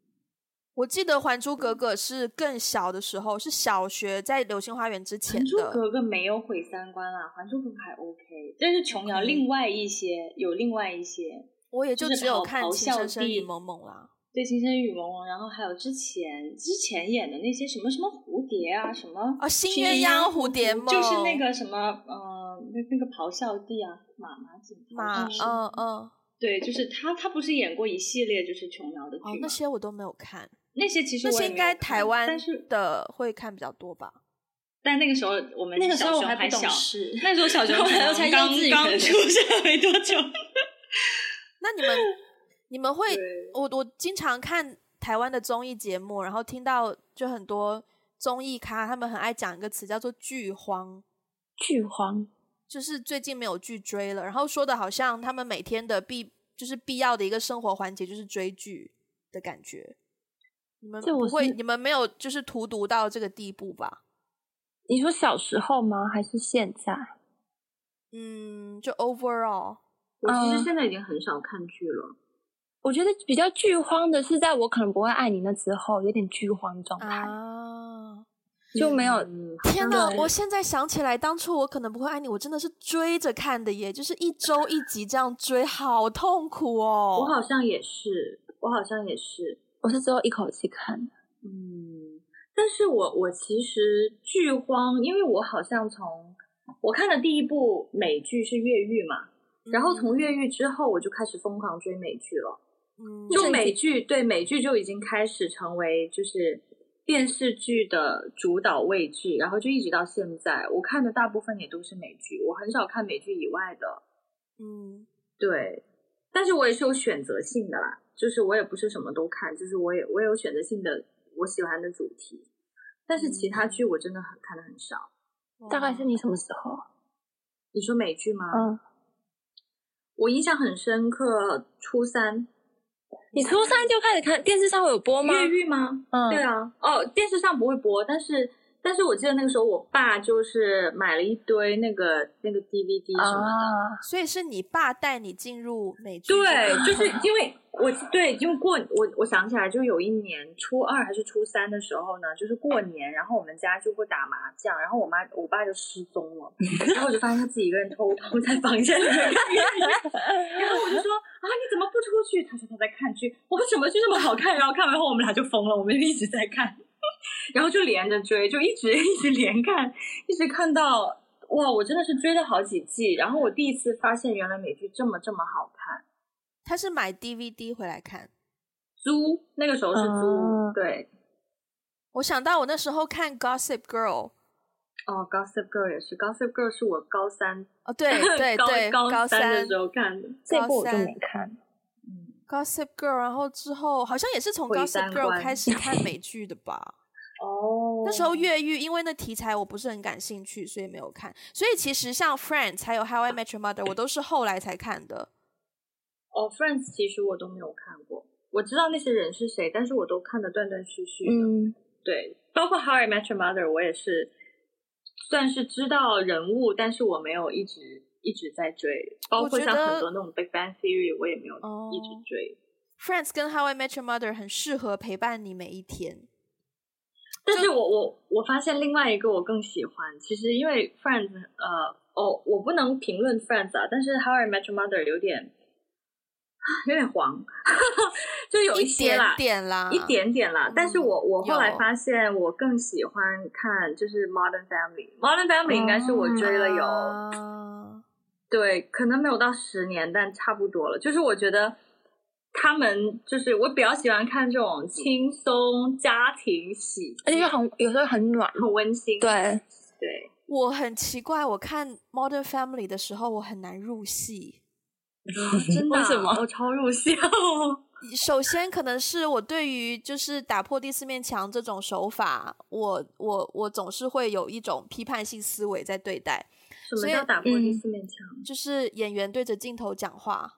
我记得《还珠格格》是更小的时候，是小学在《流星花园》之《前还珠的。格格》没有毁三观啦，《还珠格格》还 OK，但是琼瑶嗯另外一些有另外一些我也就就是只有咆看咆《情哮深深帝雨蒙蒙》啦。对《情深深雨蒙蒙》，然后还有之前之前演的那些什么什么蝴蝶啊，什么哦新新鸳鸯蝴蝶梦就是那个什么呃那那个咆哮帝啊，马马景涛妈，是不是嗯嗯，对，就是他，他不是演过一系列就是琼瑶的剧吗、哦，那些我都没有看，那些其实那我些也应没有该看台湾但是的会看比较多吧。但那个时候我们那个时候小我熊还还不小懂，事，那时 候小熊我可能才幼刚稚园刚出社没多久。那你们你们会对，我我经常看台湾的综艺节目，然后听到就很多综艺咖他们很爱讲一个词叫做“剧荒 剧荒。”，就是最近没有剧追了，然后说的好像他们每天的必就是必要的一个生活环节就是追剧的感觉。你们这不我会，是你们没有就是荼毒到这个地步吧？你说小时候吗？还是现在？嗯，就 overall，我其实嗯现在已经很少看剧了。我觉得比较剧荒的是，在我可能不会爱你那之后，有点剧荒的状态，啊。就没有嗯，天哪呐！我现在想起来，当初我可能不会爱你，我真的是追着看的耶，就是一周一集这样追，好痛苦我哦。好像也是，我好像也是。我是只有一口气看的。嗯，但是我我其实剧荒，因为我好像从我看的第一部美剧是《越狱》嘛，然后从《越狱》之后我就开始疯狂追美剧了，嗯就美剧对美剧就已经开始成为就是电视剧的主导位置，然后就一直到现在，我看的大部分也都是美剧，我很少看美剧以外的，嗯，对，但是我也是有选择性的啦，就是我也不是什么都看，就是我也我也有选择性的我喜欢的主题，但是其他剧我真的很看的很少。大概哇是你什么时候？你说美剧吗？嗯，我印象很深刻，初三你初三就开始看电视上会有播吗？越狱吗？嗯对啊，哦，电视上不会播，但是但是我记得那个时候我爸就是买了一堆那个那个 DVD 什么的，啊，所以是你爸带你进入美剧这个，对，就是因为我对，因为过我我想起来，就有一年初二还是初三的时候呢，就是过年，然后我们家就会打麻将，然后我妈我爸就失踪 了，然后我就发现他自己一个人偷偷在房间里面 看电视，然后我就说啊你怎么不出去？他说他在看剧，我说什么剧这么好看？然后看完后我们俩就疯了，我们就一直在看， 然后就连着追，就一直一直连看，一直看到。哇，我真的是追了好几季，然后我第一次发现原来美剧这么这么好看。他是买 DVD 回来看。租，那个时候是租，哦啊对，我想到我那时候看《Gossip Girl》，哦，Gossip Girl 也是，Gossip Girl 是我高三，哦， 对对高对，高三的三时候看的，这部高我就三没看。 Gossip Girl，然后之后好像也是从毁 Gossip 三 Girl 观 开始看美剧的吧？哦，那时候越狱，因为那题材我不是很感兴趣，所以没有看。所以其实像《Friends》还有《How I Met Your Mother》，我都是后来才 看的。哦，Friends 其实我都没有看过，我知道那些人是谁，但是我都看的断断续续的。嗯，对，包括《How I Met Your Mother》，我也是算是知道人物，但是我没有一直一直在追。包括像我觉得很多那种《Big Bang Theory》，我也没有哦一直追。 《Friends》跟《How I Met Your Mother》很适合陪伴你每一天。但是我我我发现另外一个我更喜欢，其实因为 Friends，呃，哦，我不能评论 Friends 啊，但是 How I Met Your Mother 有点有点黄， 就有一些啦点。点啦，一点点啦，但是我我后来有发现，我更喜欢看就是 Modern Family。Modern Family 应该是我追了有、啊对，可能没有到十年，但差不多了。就是我觉得他们就是我比较喜欢看这种轻松家庭喜而且剧又，很有时候很暖。很温馨。对，对， 我很奇怪，我看《Modern Family》的时候，我很难入戏。真的啊、为什么我超入戏。首先，可能是我对于就是打破第四面墙这种手法，我我我总是会有一种批判性思维在对待，什么所以叫打破第四面墙？就是演员对着镜头讲话。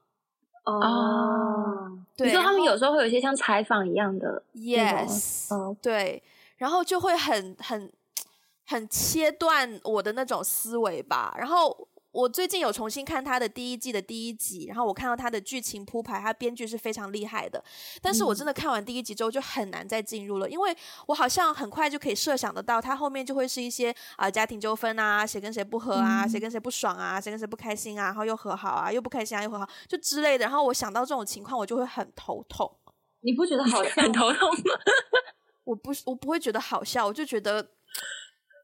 嗯哦，对，你说他然们后有时候会有一些像采访一样的那种 Yes，、哦对，然后就会很很很切断我的那种思维吧。然后我最近有重新看他的第一季的第一集，然后我看到他的剧情铺排，他编剧是非常厉害的。但是我嗯真的看完第一集之后就很难再进入了，因为我好像很快就可以设想得到，他后面就会是一些啊、呃家庭纠纷啊，谁跟谁不和啊，嗯谁跟谁不爽啊，谁跟谁不开心啊，然后又和好啊，又不开心啊，又和好，就之类的。然后我想到这种情况，我就会很头痛。你不觉得 好像很头痛。我不是我不会觉得好笑，我就觉得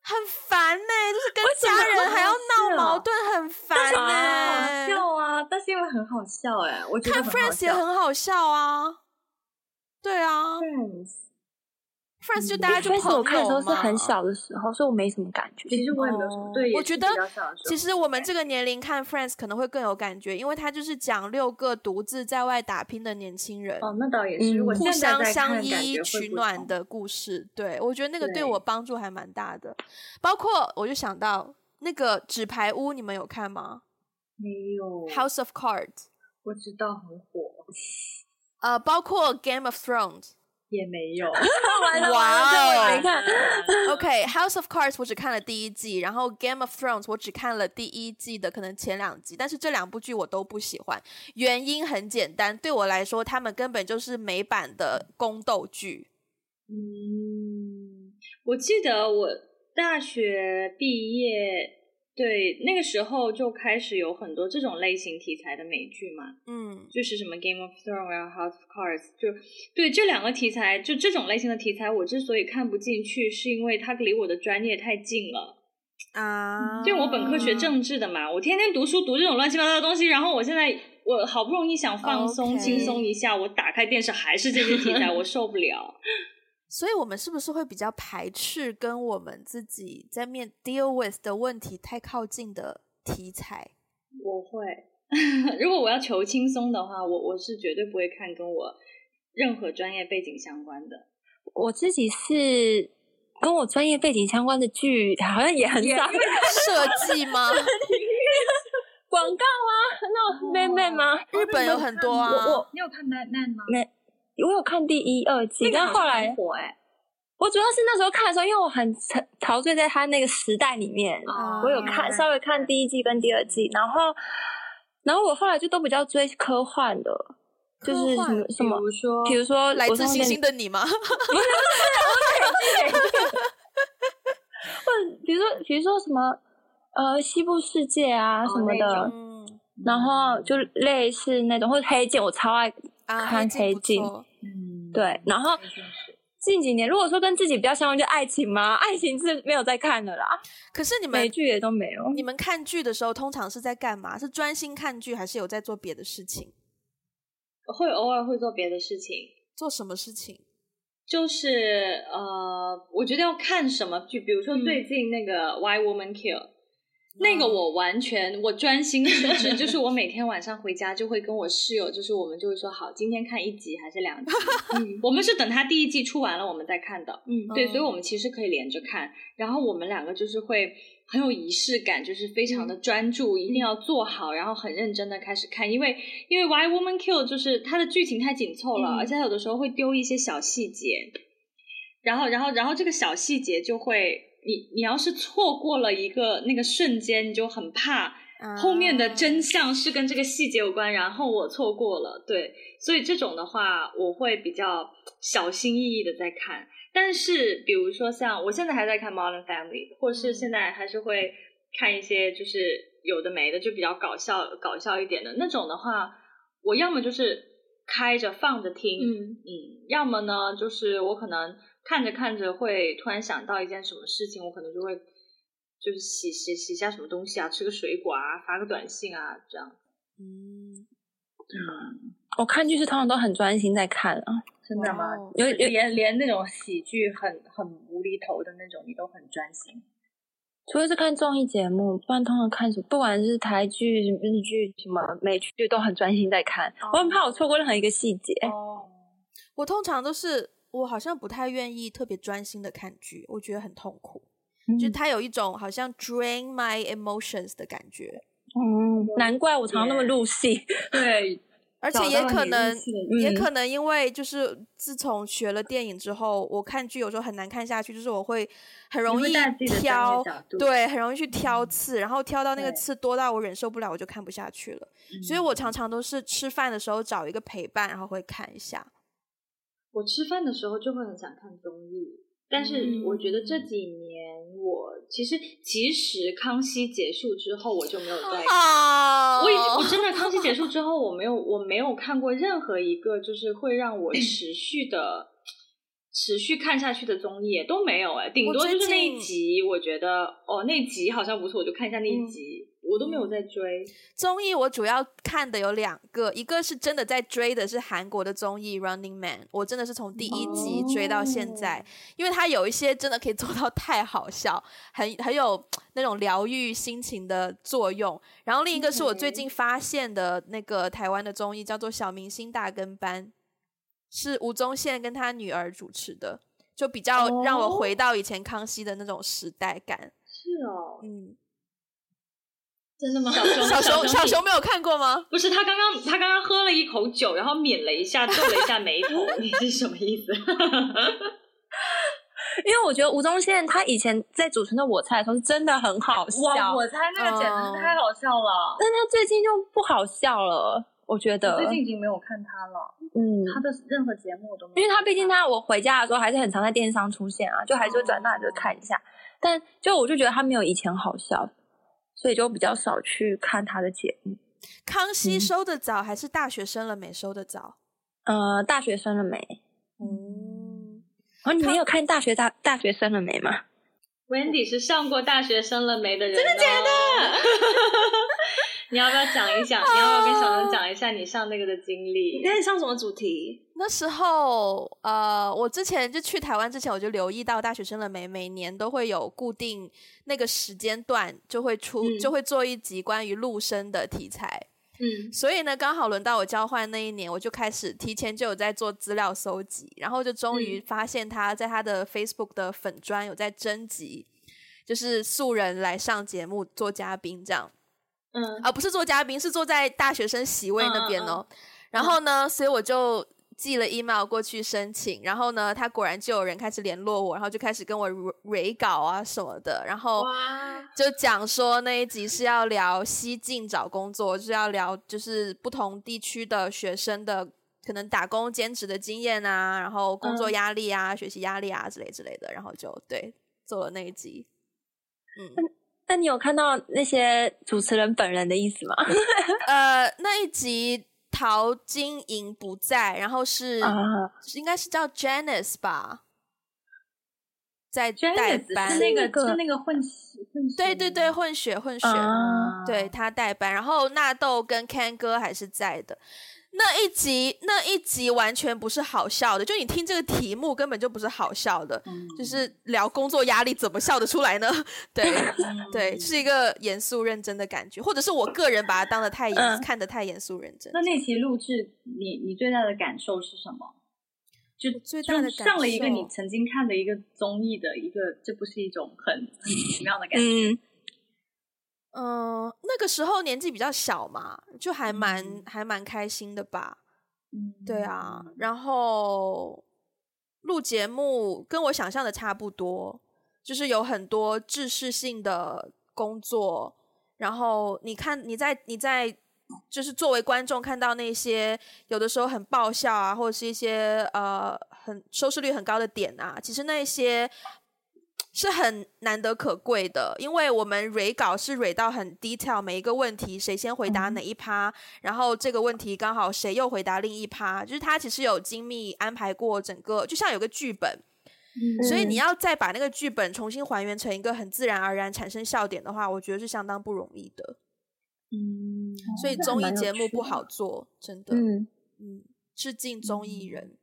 很烦呢、就是跟家人还要闹矛盾，很烦呢、好笑啊？但是因为很好笑哎、我觉得看很好 Friends 也笑。很好笑啊， 对啊 Friends， ，Friends 就嗯大家就朋友我看的时候是很嘛小的时候，所以我没什么感觉。其实我也没有什么哦对，我也是觉得比较小的时候其实我们这个年龄看 Friends 可能会更有感觉，因为它就是讲六个独自在外打拼的年轻人。哦，那倒也是。嗯如果互现在相再看相感觉依会取不暖同的故事，对我觉得那个对对我帮助还蛮大的。包括我就想到那个《纸牌屋》，你们有看吗？ 没有《House of Cards》我知道很火， 呃，包括《Game of Thrones 也没有。完了完了，这我哇》。也没看。OK，《House of Cards》我只看了第一季，然后《Game of Thrones》我只看了第一季的可能前两集，但是这两部剧我都不喜欢。原因很简单，对我来说，他们根本就是美版的宫斗剧。嗯，我记得我大学毕业，对那个时候就开始有很多这种类型题材的美剧嘛，嗯，就是什么《Game of Thrones》然后《House of Cards》，就对这两个题材，就这种类型的题材，我之所以看不进去，是因为它离我的专业太近了。啊，就我本科学政治的嘛，我天天读书读这种乱七八糟的东西，然后我现在我好不容易想放松 OK 轻松一下，我打开电视还是这些题材，我受不了。所以我们是不是会比较排斥跟我们自己在面 deal with 的问题太靠近的题材？ 我会， 如果我要求轻松的话，我我是绝对不会看跟我任何专业背景相关的。我自己是跟我专业背景相关的剧，好像也很少。设计吗？ 广告啊，那种妹妹吗？日本有很多啊，我我你有看 Mad Men 吗？我有看第一、二季，那个但好后像来很火哎。我主要是那时候看的时候，因为我很沉陶醉在他那个时代里面，哦啊哦我有看稍微看第一季跟第二季，然后然后我后来就都比较追科幻的，就科是什幻么什么比，如说比如说来我自上星面星的你 吗？或者比如说比如说什么呃西部世界啊哦什么那的，嗯然后就类似那种或者黑镜，我超爱 啊，看黑黑镜不错嗯，对，然后黑镜是近几年如果说跟自己比较相关，就爱情嘛，爱情是没有在看的啦，可是你美们剧也都没有。你们看剧的时候，通常是在干嘛？是专心看剧，还是有在做别的事情？会偶尔会做别的事情，做什么事情？就是呃，我觉得要看什么剧，比如说最近那个《Why Woman Kill》。那个我完全我专心致志，就是我每天晚上回家就会跟我室友，就是我们就会说好，今天看一集还是两集，嗯我们是等它第一季出完了我们再看的。嗯对，嗯所以我们其实可以连着看，然后我们两个就是会很有仪式感，就是非常的专注，一定要做好，然后很认真的开始看，因为因为《Why Woman Kill》就是它的剧情太紧凑了，嗯而且它有的时候会丢一些小细节，然后然后然后这个小细节就会，你你要是错过了一个那个瞬间，你就很怕。后面的真相是跟这个细节有关，然后我错过了，对，所以这种的话，我会比较小心翼翼的在看。但是，比如说像我现在还在看《Modern Family》，或是现在还是会看一些就是有的没的，就比较搞笑、搞笑一点的那种的话，我要么就是开着放着听，嗯嗯，要么呢，就是我可能看着看着会突然想到一件什么事情，我可能就会就是洗洗洗下什么东西啊，吃个水果啊，发个短信啊，这样。嗯，啊我看剧是通常都很专心在看啊，真的吗？哇哦有有连连那种喜剧很很无厘头的那种，你都很专心。除非是看综艺节目，不然通常看什么，不管是台剧、日剧、什么美剧，都很专心在看。哦我很怕我错过任何一个细节。哦，我通常都是我好像不太愿意特别专心的看剧，我觉得很痛苦，嗯就是它有一种好像 drain my emotions 的感觉，哦嗯，难怪我常常那么入戏。对，而且找也到可你能入戏的也嗯可能因为就是自从学了电影之后，我看剧有时候很难看下去，就是我会很容会易带自己的专业挑角，度嗯对，很容易去挑刺，然后挑到那个对嗯刺多到我忍受不了，我就看不下去了。所以我常常都是吃饭的时候找一个陪伴，然后会看一下。我吃饭的时候就会很想看综艺，但是嗯我觉得这几年我其实其实康熙结束之后我就没有再啊我已经我真的康熙结束之后，我没有我没有看过任何一个就是会让我持续的持续看下去的综艺都没有哎，顶我多最就是那一近集，我觉得哦那集好像不错，我就看一下那一嗯集，我都没有在追。综艺我主要看的有两个，一个是真的在追的是韩国的综艺《Running Man》，我真的是从第一集追到现在，因为它有一些真的可以做到太好笑，很很有那种疗愈心情的作用。然后另一个是我最近发现的那个台湾的综艺，叫做《小明星大跟班》，是吴宗宪跟他女儿主持的，就比较让我回到以前康熙的那种时代感。是哦，嗯，真的吗？小熊 小熊小你熊没有看过吗？不是他刚刚他刚刚喝了一口酒，然后抿了一下，皱了一下眉头，你是什么意思？因为我觉得吴宗宪他以前在主持那《我猜》的时候是真的很好笑，哇！我猜那个简直是太好笑了。但他最近就不好笑了，我觉我得。最近已经没有看他了，嗯，他的任何节目我都没有看。因为他毕竟他我回家的时候还是很常在电视上出现啊，就还是会转到就看一下，但就我就觉得他没有以前好笑，所以就比较少去看他的节目。康熙嗯收的早还是大学生了没收的早？呃，大学生了没？嗯，哦，你没有看大学大大学生了没吗？ Wendy 是上过大学生了没的人、真的假的？ 你要不要讲一讲？你要不要跟小龙讲一下你上那个的经历？那你上什么主题？那时候呃，我之前就去台湾之前，我就留意到大学生了没每年都会有固定那个时间段就会出、嗯就会做一集关于陆生的题材。嗯，所以呢，刚好轮到我交换那一年，我就开始提前就有在做资料搜集，然后就终于发现他在他的 Facebook 的粉砖有在征集，就是素人来上节目做嘉宾这样。嗯，啊，不是做嘉宾，是坐在大学生席位那边哦。然后呢，所以我就寄了 email 过去申请，然后呢，他果然就有人开始联络我，然后就开始跟我 re- 蕊稿啊什么的，然后就讲说那一集是要聊西进找工作，就是要聊就是不同地区的学生的。可能打工兼职的经验啊，然后工作压力啊、学习压力啊之类之类的，然后就对做了那一集。嗯，那你有看到那些主持人本人的意思吗？ 呃，那一集陶晶莹不在，然后是、啊，应该是叫 Janice 吧，在 Janice 代是班。那那个个是那个混血混血，对对对，，混嗯血混血，啊对他代班。然后纳豆跟 Ken 哥还是在的。那一集那一集完全不是好笑的，就你听这个题目根本就不是好笑的，就是聊工作压力怎么笑得出来呢？ 对对，是一个严肃认真的感觉，或者是我个人把它当得太严，嗯看得太严肃认真。那那期录制，你你最大的感受是什么？就我最就大的感上了一个受你曾经看的一个综艺的一个，这不是一种很很奇妙的感觉。嗯，嗯、那个时候年纪比较小嘛，就还蛮、还蛮开心的吧。嗯，对啊，然后录节目跟我想象的差不多，就是有很多制式性的工作，然后你看你在你在就是作为观众看到那些有的时候很爆笑啊，或者是一些呃很收视率很高的点啊，其实那些。是很难得可贵的，因为我们蕊稿是蕊到很 detail，每一个问题谁先回答哪一趴，然后这个问题刚好谁又回答另一趴，就是他其实有精密安排过整个，就像有个剧本，嗯所以你要再把那个剧本重新还原成一个很自然而然产生笑点的话，我觉得是相当不容易的。嗯，所以哦那还综艺蛮有节目趣不的好做，真的，嗯嗯，致敬综艺人，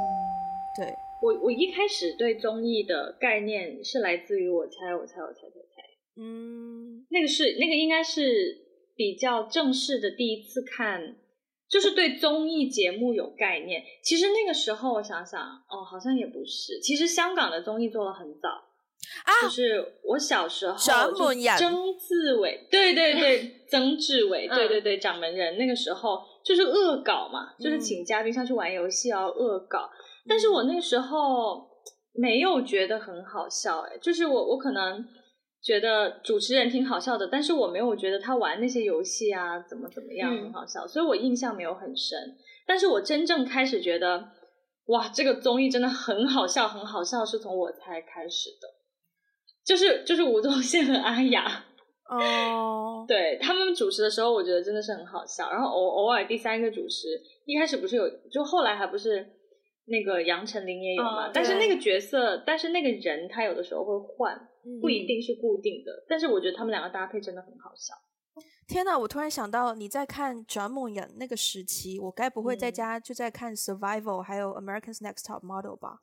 嗯对，我我一开始对综艺的概念是来自于我猜我猜我猜我猜我猜，嗯那个是那个应该是比较正式的第一次看，就是对综艺节目有概念。其实那个时候我想想，哦，好像也不是。其实香港的综艺做的很早，啊，就是我小时候掌就门人曾志伟，对对对， 曾志伟，对对对，掌门人。那个时候就是恶搞嘛，就是嗯请嘉宾上去玩游戏要恶搞。但是我那时候没有觉得很好笑，哎，就是我我可能觉得主持人挺好笑的，但是我没有觉得他玩那些游戏啊怎么怎么样嗯很好笑，所以我印象没有很深。但是我真正开始觉得，哇，这个综艺真的很好笑，很好笑，是从我猜开始的，就是就是吴宗宪和阿雅，哦，对他们主持的时候，我觉得真的是很好笑。然后偶偶尔第三个主持，一开始不是有，就后来还不是那个杨丞琳也有嘛，哦但是对那个角色，但是那个人他有的时候会换，嗯不一定是固定的。但是我觉得他们两个搭配真的很好笑。天哪！我突然想到，你在看《转梦人》那个时期，我该不会在嗯家就在看《Survival》还有《American's Next Top Model》吧？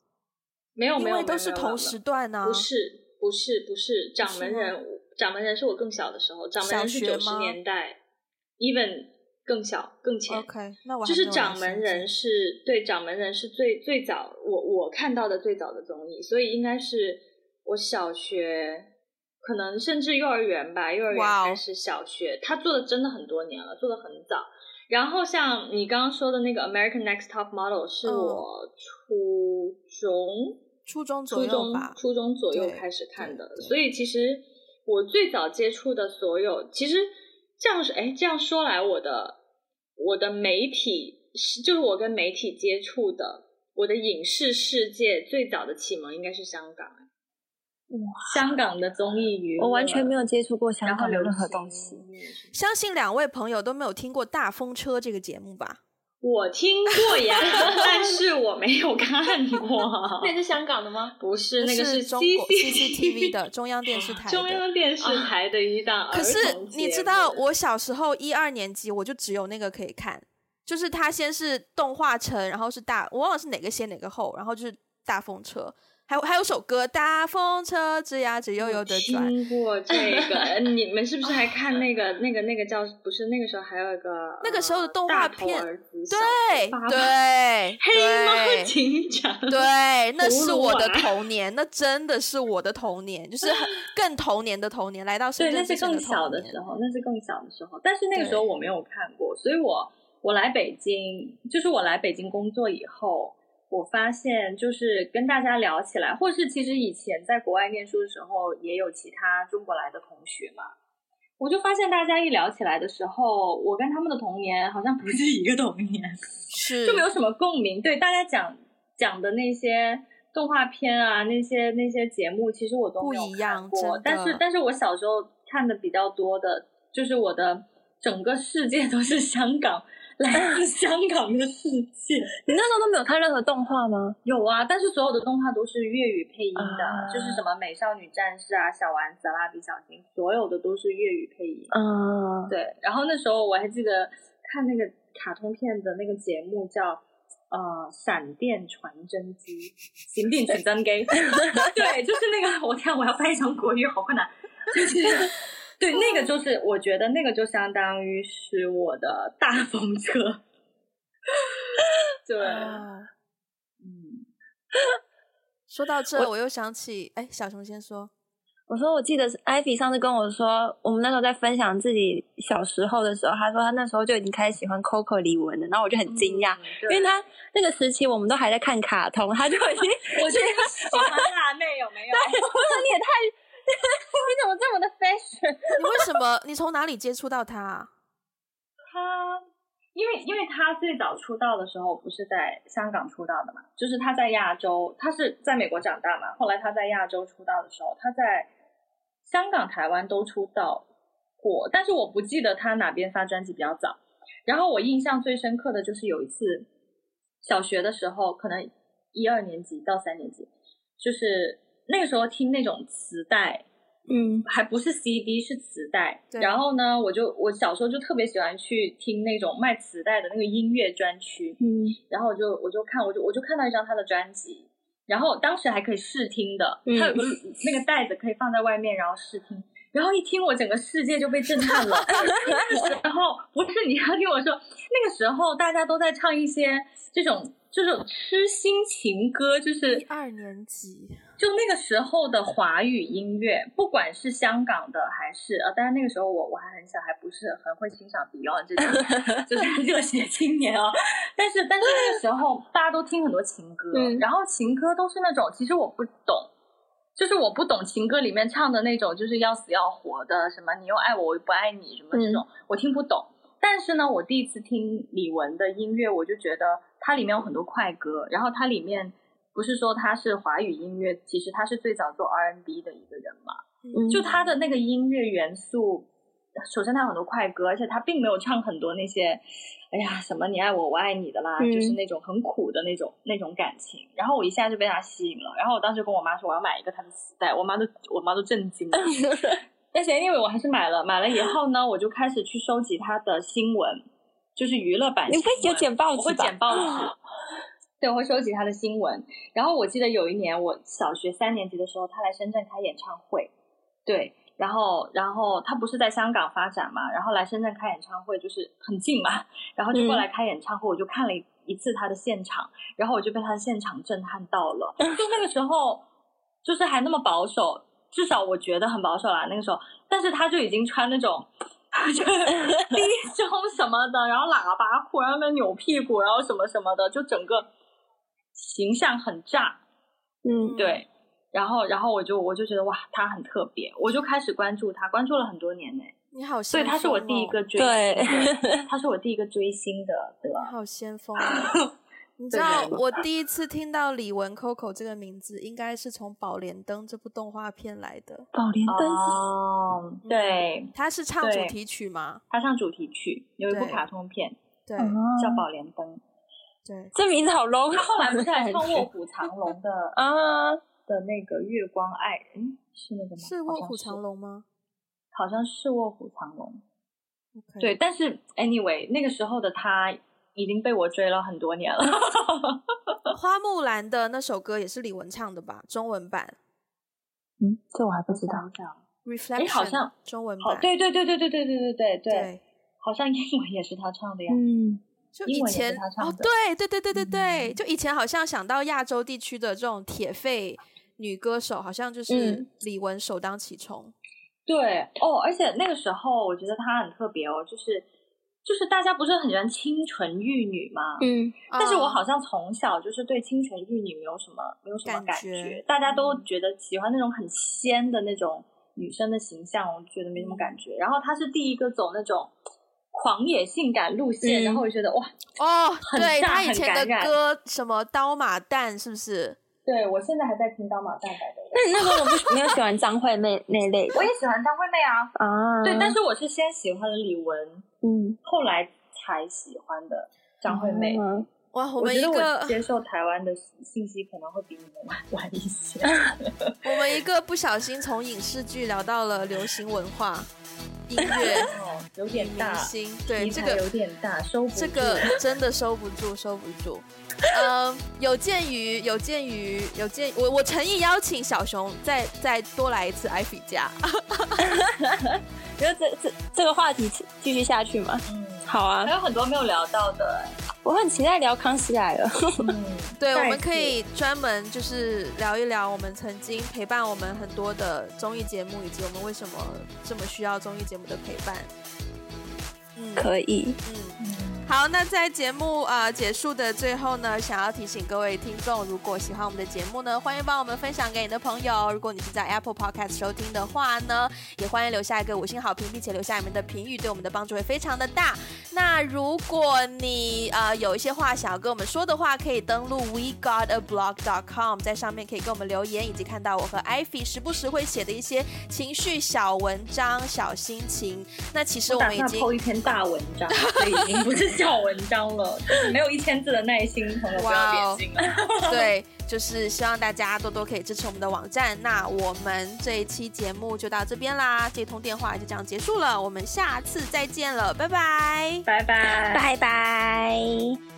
没有，因没有，为没都有是没有同没有时段呢、啊。不是，不是，不是，掌门人，掌门人是我更小的时候，掌门人是小学九吗十年代，even 更小更前。 OK，那我还没就是有掌来门生人气是对掌门人是最最早我我看到的最早的综艺，所以应该是我小学，可能甚至幼儿园吧，幼儿园哇哦开始小学，他做的真的很多年了，做的很早。然后像你刚刚说的那个 American Next Top Model 是嗯我初中、初中左初右中吧。初中左右对开始看的对，对所以其实我最早接触的所有，其实这样是哎这样说来，我的我的媒体是就是我跟媒体接触的，我的影视世界最早的启蒙应该是香港，哎香港的综艺娱乐，我完全没有接触过香然后港的流任何行东西。音乐什么相信两位朋友都没有听过《大风车》这个节目吧？我听过呀， 但是我没有看 过，那也是香港的吗？不是那个是中国 CCTV 的中央电视台中的。啊央电视台的一档儿可是童你节知道，目我小时候一二年级我就只有那个可以看，就是它先是动画城，然后是大，我忘了是哪个先哪个后，然后就是大风车，还有还有首歌《大风车吱呀吱悠悠的转》，嗯 听过这个，呃你们是不是还看那个那个那个叫不是那个时候还有一个那个时候的呃动画大头片儿子小对爸爸对黑猫对。警长对，那葫是芦我的娃童年，那真的是我的童年，就是 很更童年的童年，来到深对，那圳是之前更童小的年时候，那是更小的时候。 但是那个对时候我没有看过，所以我我来北京，就是我来北京工作以后，我发现就是跟大家聊起来，或是其实以前在国外念书的时候，也有其他中国来的同学嘛。我就发现大家一聊起来的时候，我跟他们的童年好像不是一个童年。是就没有什么共鸣。对大家讲讲的那些动画片啊，那些那些节目，其实我都没有不一样看真过的。但是但是我小时候看的比较多的，就是我的整个世界都是香港，来啊自香港的世界。你那时候都没有看任何动画吗？有啊，但是所有的动画都是粤语配音的，啊就是什么《美少女战士》啊，《小丸子》啊，《蜡笔小新》，所有的都是粤语配音。嗯，对，然后那时候我还记得看那个卡通片的那个节目叫。呃，闪电传真机，行电传 真机，对，就是那个，我天，我要翻译成国语好困难，就是 对，那个就是我觉得那个就相当于是我的大风车， 对，啊嗯， 说到这，我又想起，哎，小熊先说，我说，我记得是艾比上次跟我说，我们那时候在分享自己小时候的时候，他说他那时候就已经开始喜欢 Coco 李玟了，然后我就很惊讶，嗯因为他那个时期我们都还在看卡通，他就已经， 我就喜欢辣妹有 没有？ 我说你也太， 你怎么这么的 fashion？你为什么，你从哪里接触到他啊？他，因为因为他最早出道的时候不是在香港出道的嘛，就是他在亚洲，他是在美国长大嘛，后来他在亚洲出道的时候，他在香港、台湾都出道过，但是我不记得他哪边发专辑比较早。然后我印象最深刻的就是有一次，小学的时候，可能一二年级到三年级，就是那个时候听那种磁带，嗯，还不是 CD，是磁带。对然后呢，我就我小时候就特别喜欢去听那种卖磁带的那个音乐专区，嗯然后我就我就看我就我就看到一张他的专辑，然后当时还可以试听的，嗯他有个那个袋子可以放在外面，然后试听。然后一听，我整个世界就被震撼 了。那个时候不是你要听我说，那个时候大家都在唱一些这种这种痴心情歌，就是一二年级，就那个时候的华语音乐，不管是香港的还是呃，当然那个时候我我还很小，还不是很会欣赏 Beyond 这种就是 热血青年啊。但是但是那个时候大家都听很多情歌，嗯然后情歌都是那种其实我不懂，就是我不懂情歌里面唱的那种就是要死要活的什么你又爱我我又不爱你什么这种，我听不懂。但是呢，我第一次听李玟的音乐，我就觉得它里面有很多快歌，然后它里面不是说它是华语音乐，其实它是最早做 R&B 的一个人嘛，嗯就它的那个音乐元素，首先它有很多快歌，而且它并没有唱很多那些，哎呀什么你爱我我爱你的啦，嗯就是那种很苦的那种那种感情。然后我一下就被他吸引了，然后我当时跟我妈说我要买一个他的磁带，我妈都我妈都震 惊了。但是 anyway 我还是买了，买了以后呢，我就开始去收集他的新闻，就是娱乐版你新会闻。有剪报我会纸吧剪？报纸，对，我会收集他的新闻。然后我记得有一年我小学三年级的时候，他来深圳开演唱会，对，然后然后他不是在香港发展嘛，然后来深圳开演唱会就是很近嘛，然后就过来开演唱会，我就看了一一次他的现场，然后我就被他的现场震撼到了，就那个时候就是还那么保守。至少我觉得很保守啦，那个时候，但是他就已经穿那种 就是低胸什么的，然后喇叭裤，然后那扭屁股，然后什么什么的，就整个形象很炸。嗯对，然后然后我就我就觉得哇，他很特别，我就开始关注他，关注了很多年呢。你好所先以锋、哦，他是我第一个追对星的，他是我第一个追星的，对你吧？好先锋、 哦。你知道对对我第一次听到李玟 Coco 这个名字，应该是从《宝莲灯》这部动画片来的。宝莲灯，哦，对，她是唱主对题曲吗？他唱主题曲，有一部对卡通片对叫哦《宝莲灯》，对，这名字好 low。他后来不 是还唱《卧过虎藏龙》 的啊？的那个月光爱人，是那个吗？是《好卧像虎是藏龙》吗好像是《卧虎藏龙》。 ？OK 对，但是 anyway，那个时候的他已经被我追了很多年了。花木兰的那首歌也是李玟唱的吧？中文版嗯，这我还不知道。 《Reflection》好像中文好，版对对对对对对对对对对对，好像英文也是他唱的呀。嗯，就英以文也是前她唱哦，的对对对对对对，嗯就以前好像想到亚洲地区的这种铁肺女歌手，好像就是嗯李玟首当其冲。对哦，而且那个时候我觉得她很特别哦，就是就是大家不是很喜欢清纯玉女吗？嗯，但是我啊好像从小就是对清纯玉女没有什么没有什么感感觉大家都嗯觉得喜欢那种很仙的那种女生的形象，我觉得没什嗯么感觉。然后她是第一个走那种狂野性感路线，嗯然后我就觉得哇，哦，很对炸他以很前感的染歌什么刀马旦是不是？对我现在还在听刀马旦白的人，那你那时候怎么不没有喜欢张惠妹那类的我也喜欢张惠妹啊，嗯啊？对，但是我是先喜欢了李玟，嗯，哦后来才喜欢的张惠妹。嗯哇，我我们觉一得个我接受台湾的信息可能会比你们晚晚一些。 我们一个不小心从影视剧聊到了流行文化、音乐、哦，有点明大，星，对题这材个有点大，收不住这个真的收不住，收不住。嗯，有鉴于有鉴于有鉴，我我诚意邀请小熊再再多来一次艾比家。 觉得这这这个话题继续下去吗？嗯，好啊还，有很多没有聊到的。我很期待聊康熙来了。嗯，对，我再们可次以专门就是聊一聊我们曾经陪伴我们很多的综艺节目，以及我们为什么这么需要综艺节目的陪伴。嗯，可以，嗯，好，那在节目呃结束的最后呢，想要提醒各位听众，如果喜欢我们的节目呢，欢迎帮我们分享给你的朋友。如果你是在 Apple Podcast 收听的话呢，也欢迎留下一个五星好评，并且留下你们的评语，对我们的帮助会非常的大。那如果你呃有一些话想要跟我们说的话，可以登录 we got a blog dot com，在上面可以跟我们留言，以及看到我和 Ivy 时不时会写的一些情绪小文章、小心情。那其实我我打们已算经剖一篇大文章，所以已经不是小文章了，就是没有一千字的耐心，朋友不要哇哦变心啊 了。对，就是希望大家多多可以支持我们的网站。那我们这一期节目就到这边啦，这通电话就这样结束了，我们下次再见了，拜拜。拜拜。拜拜。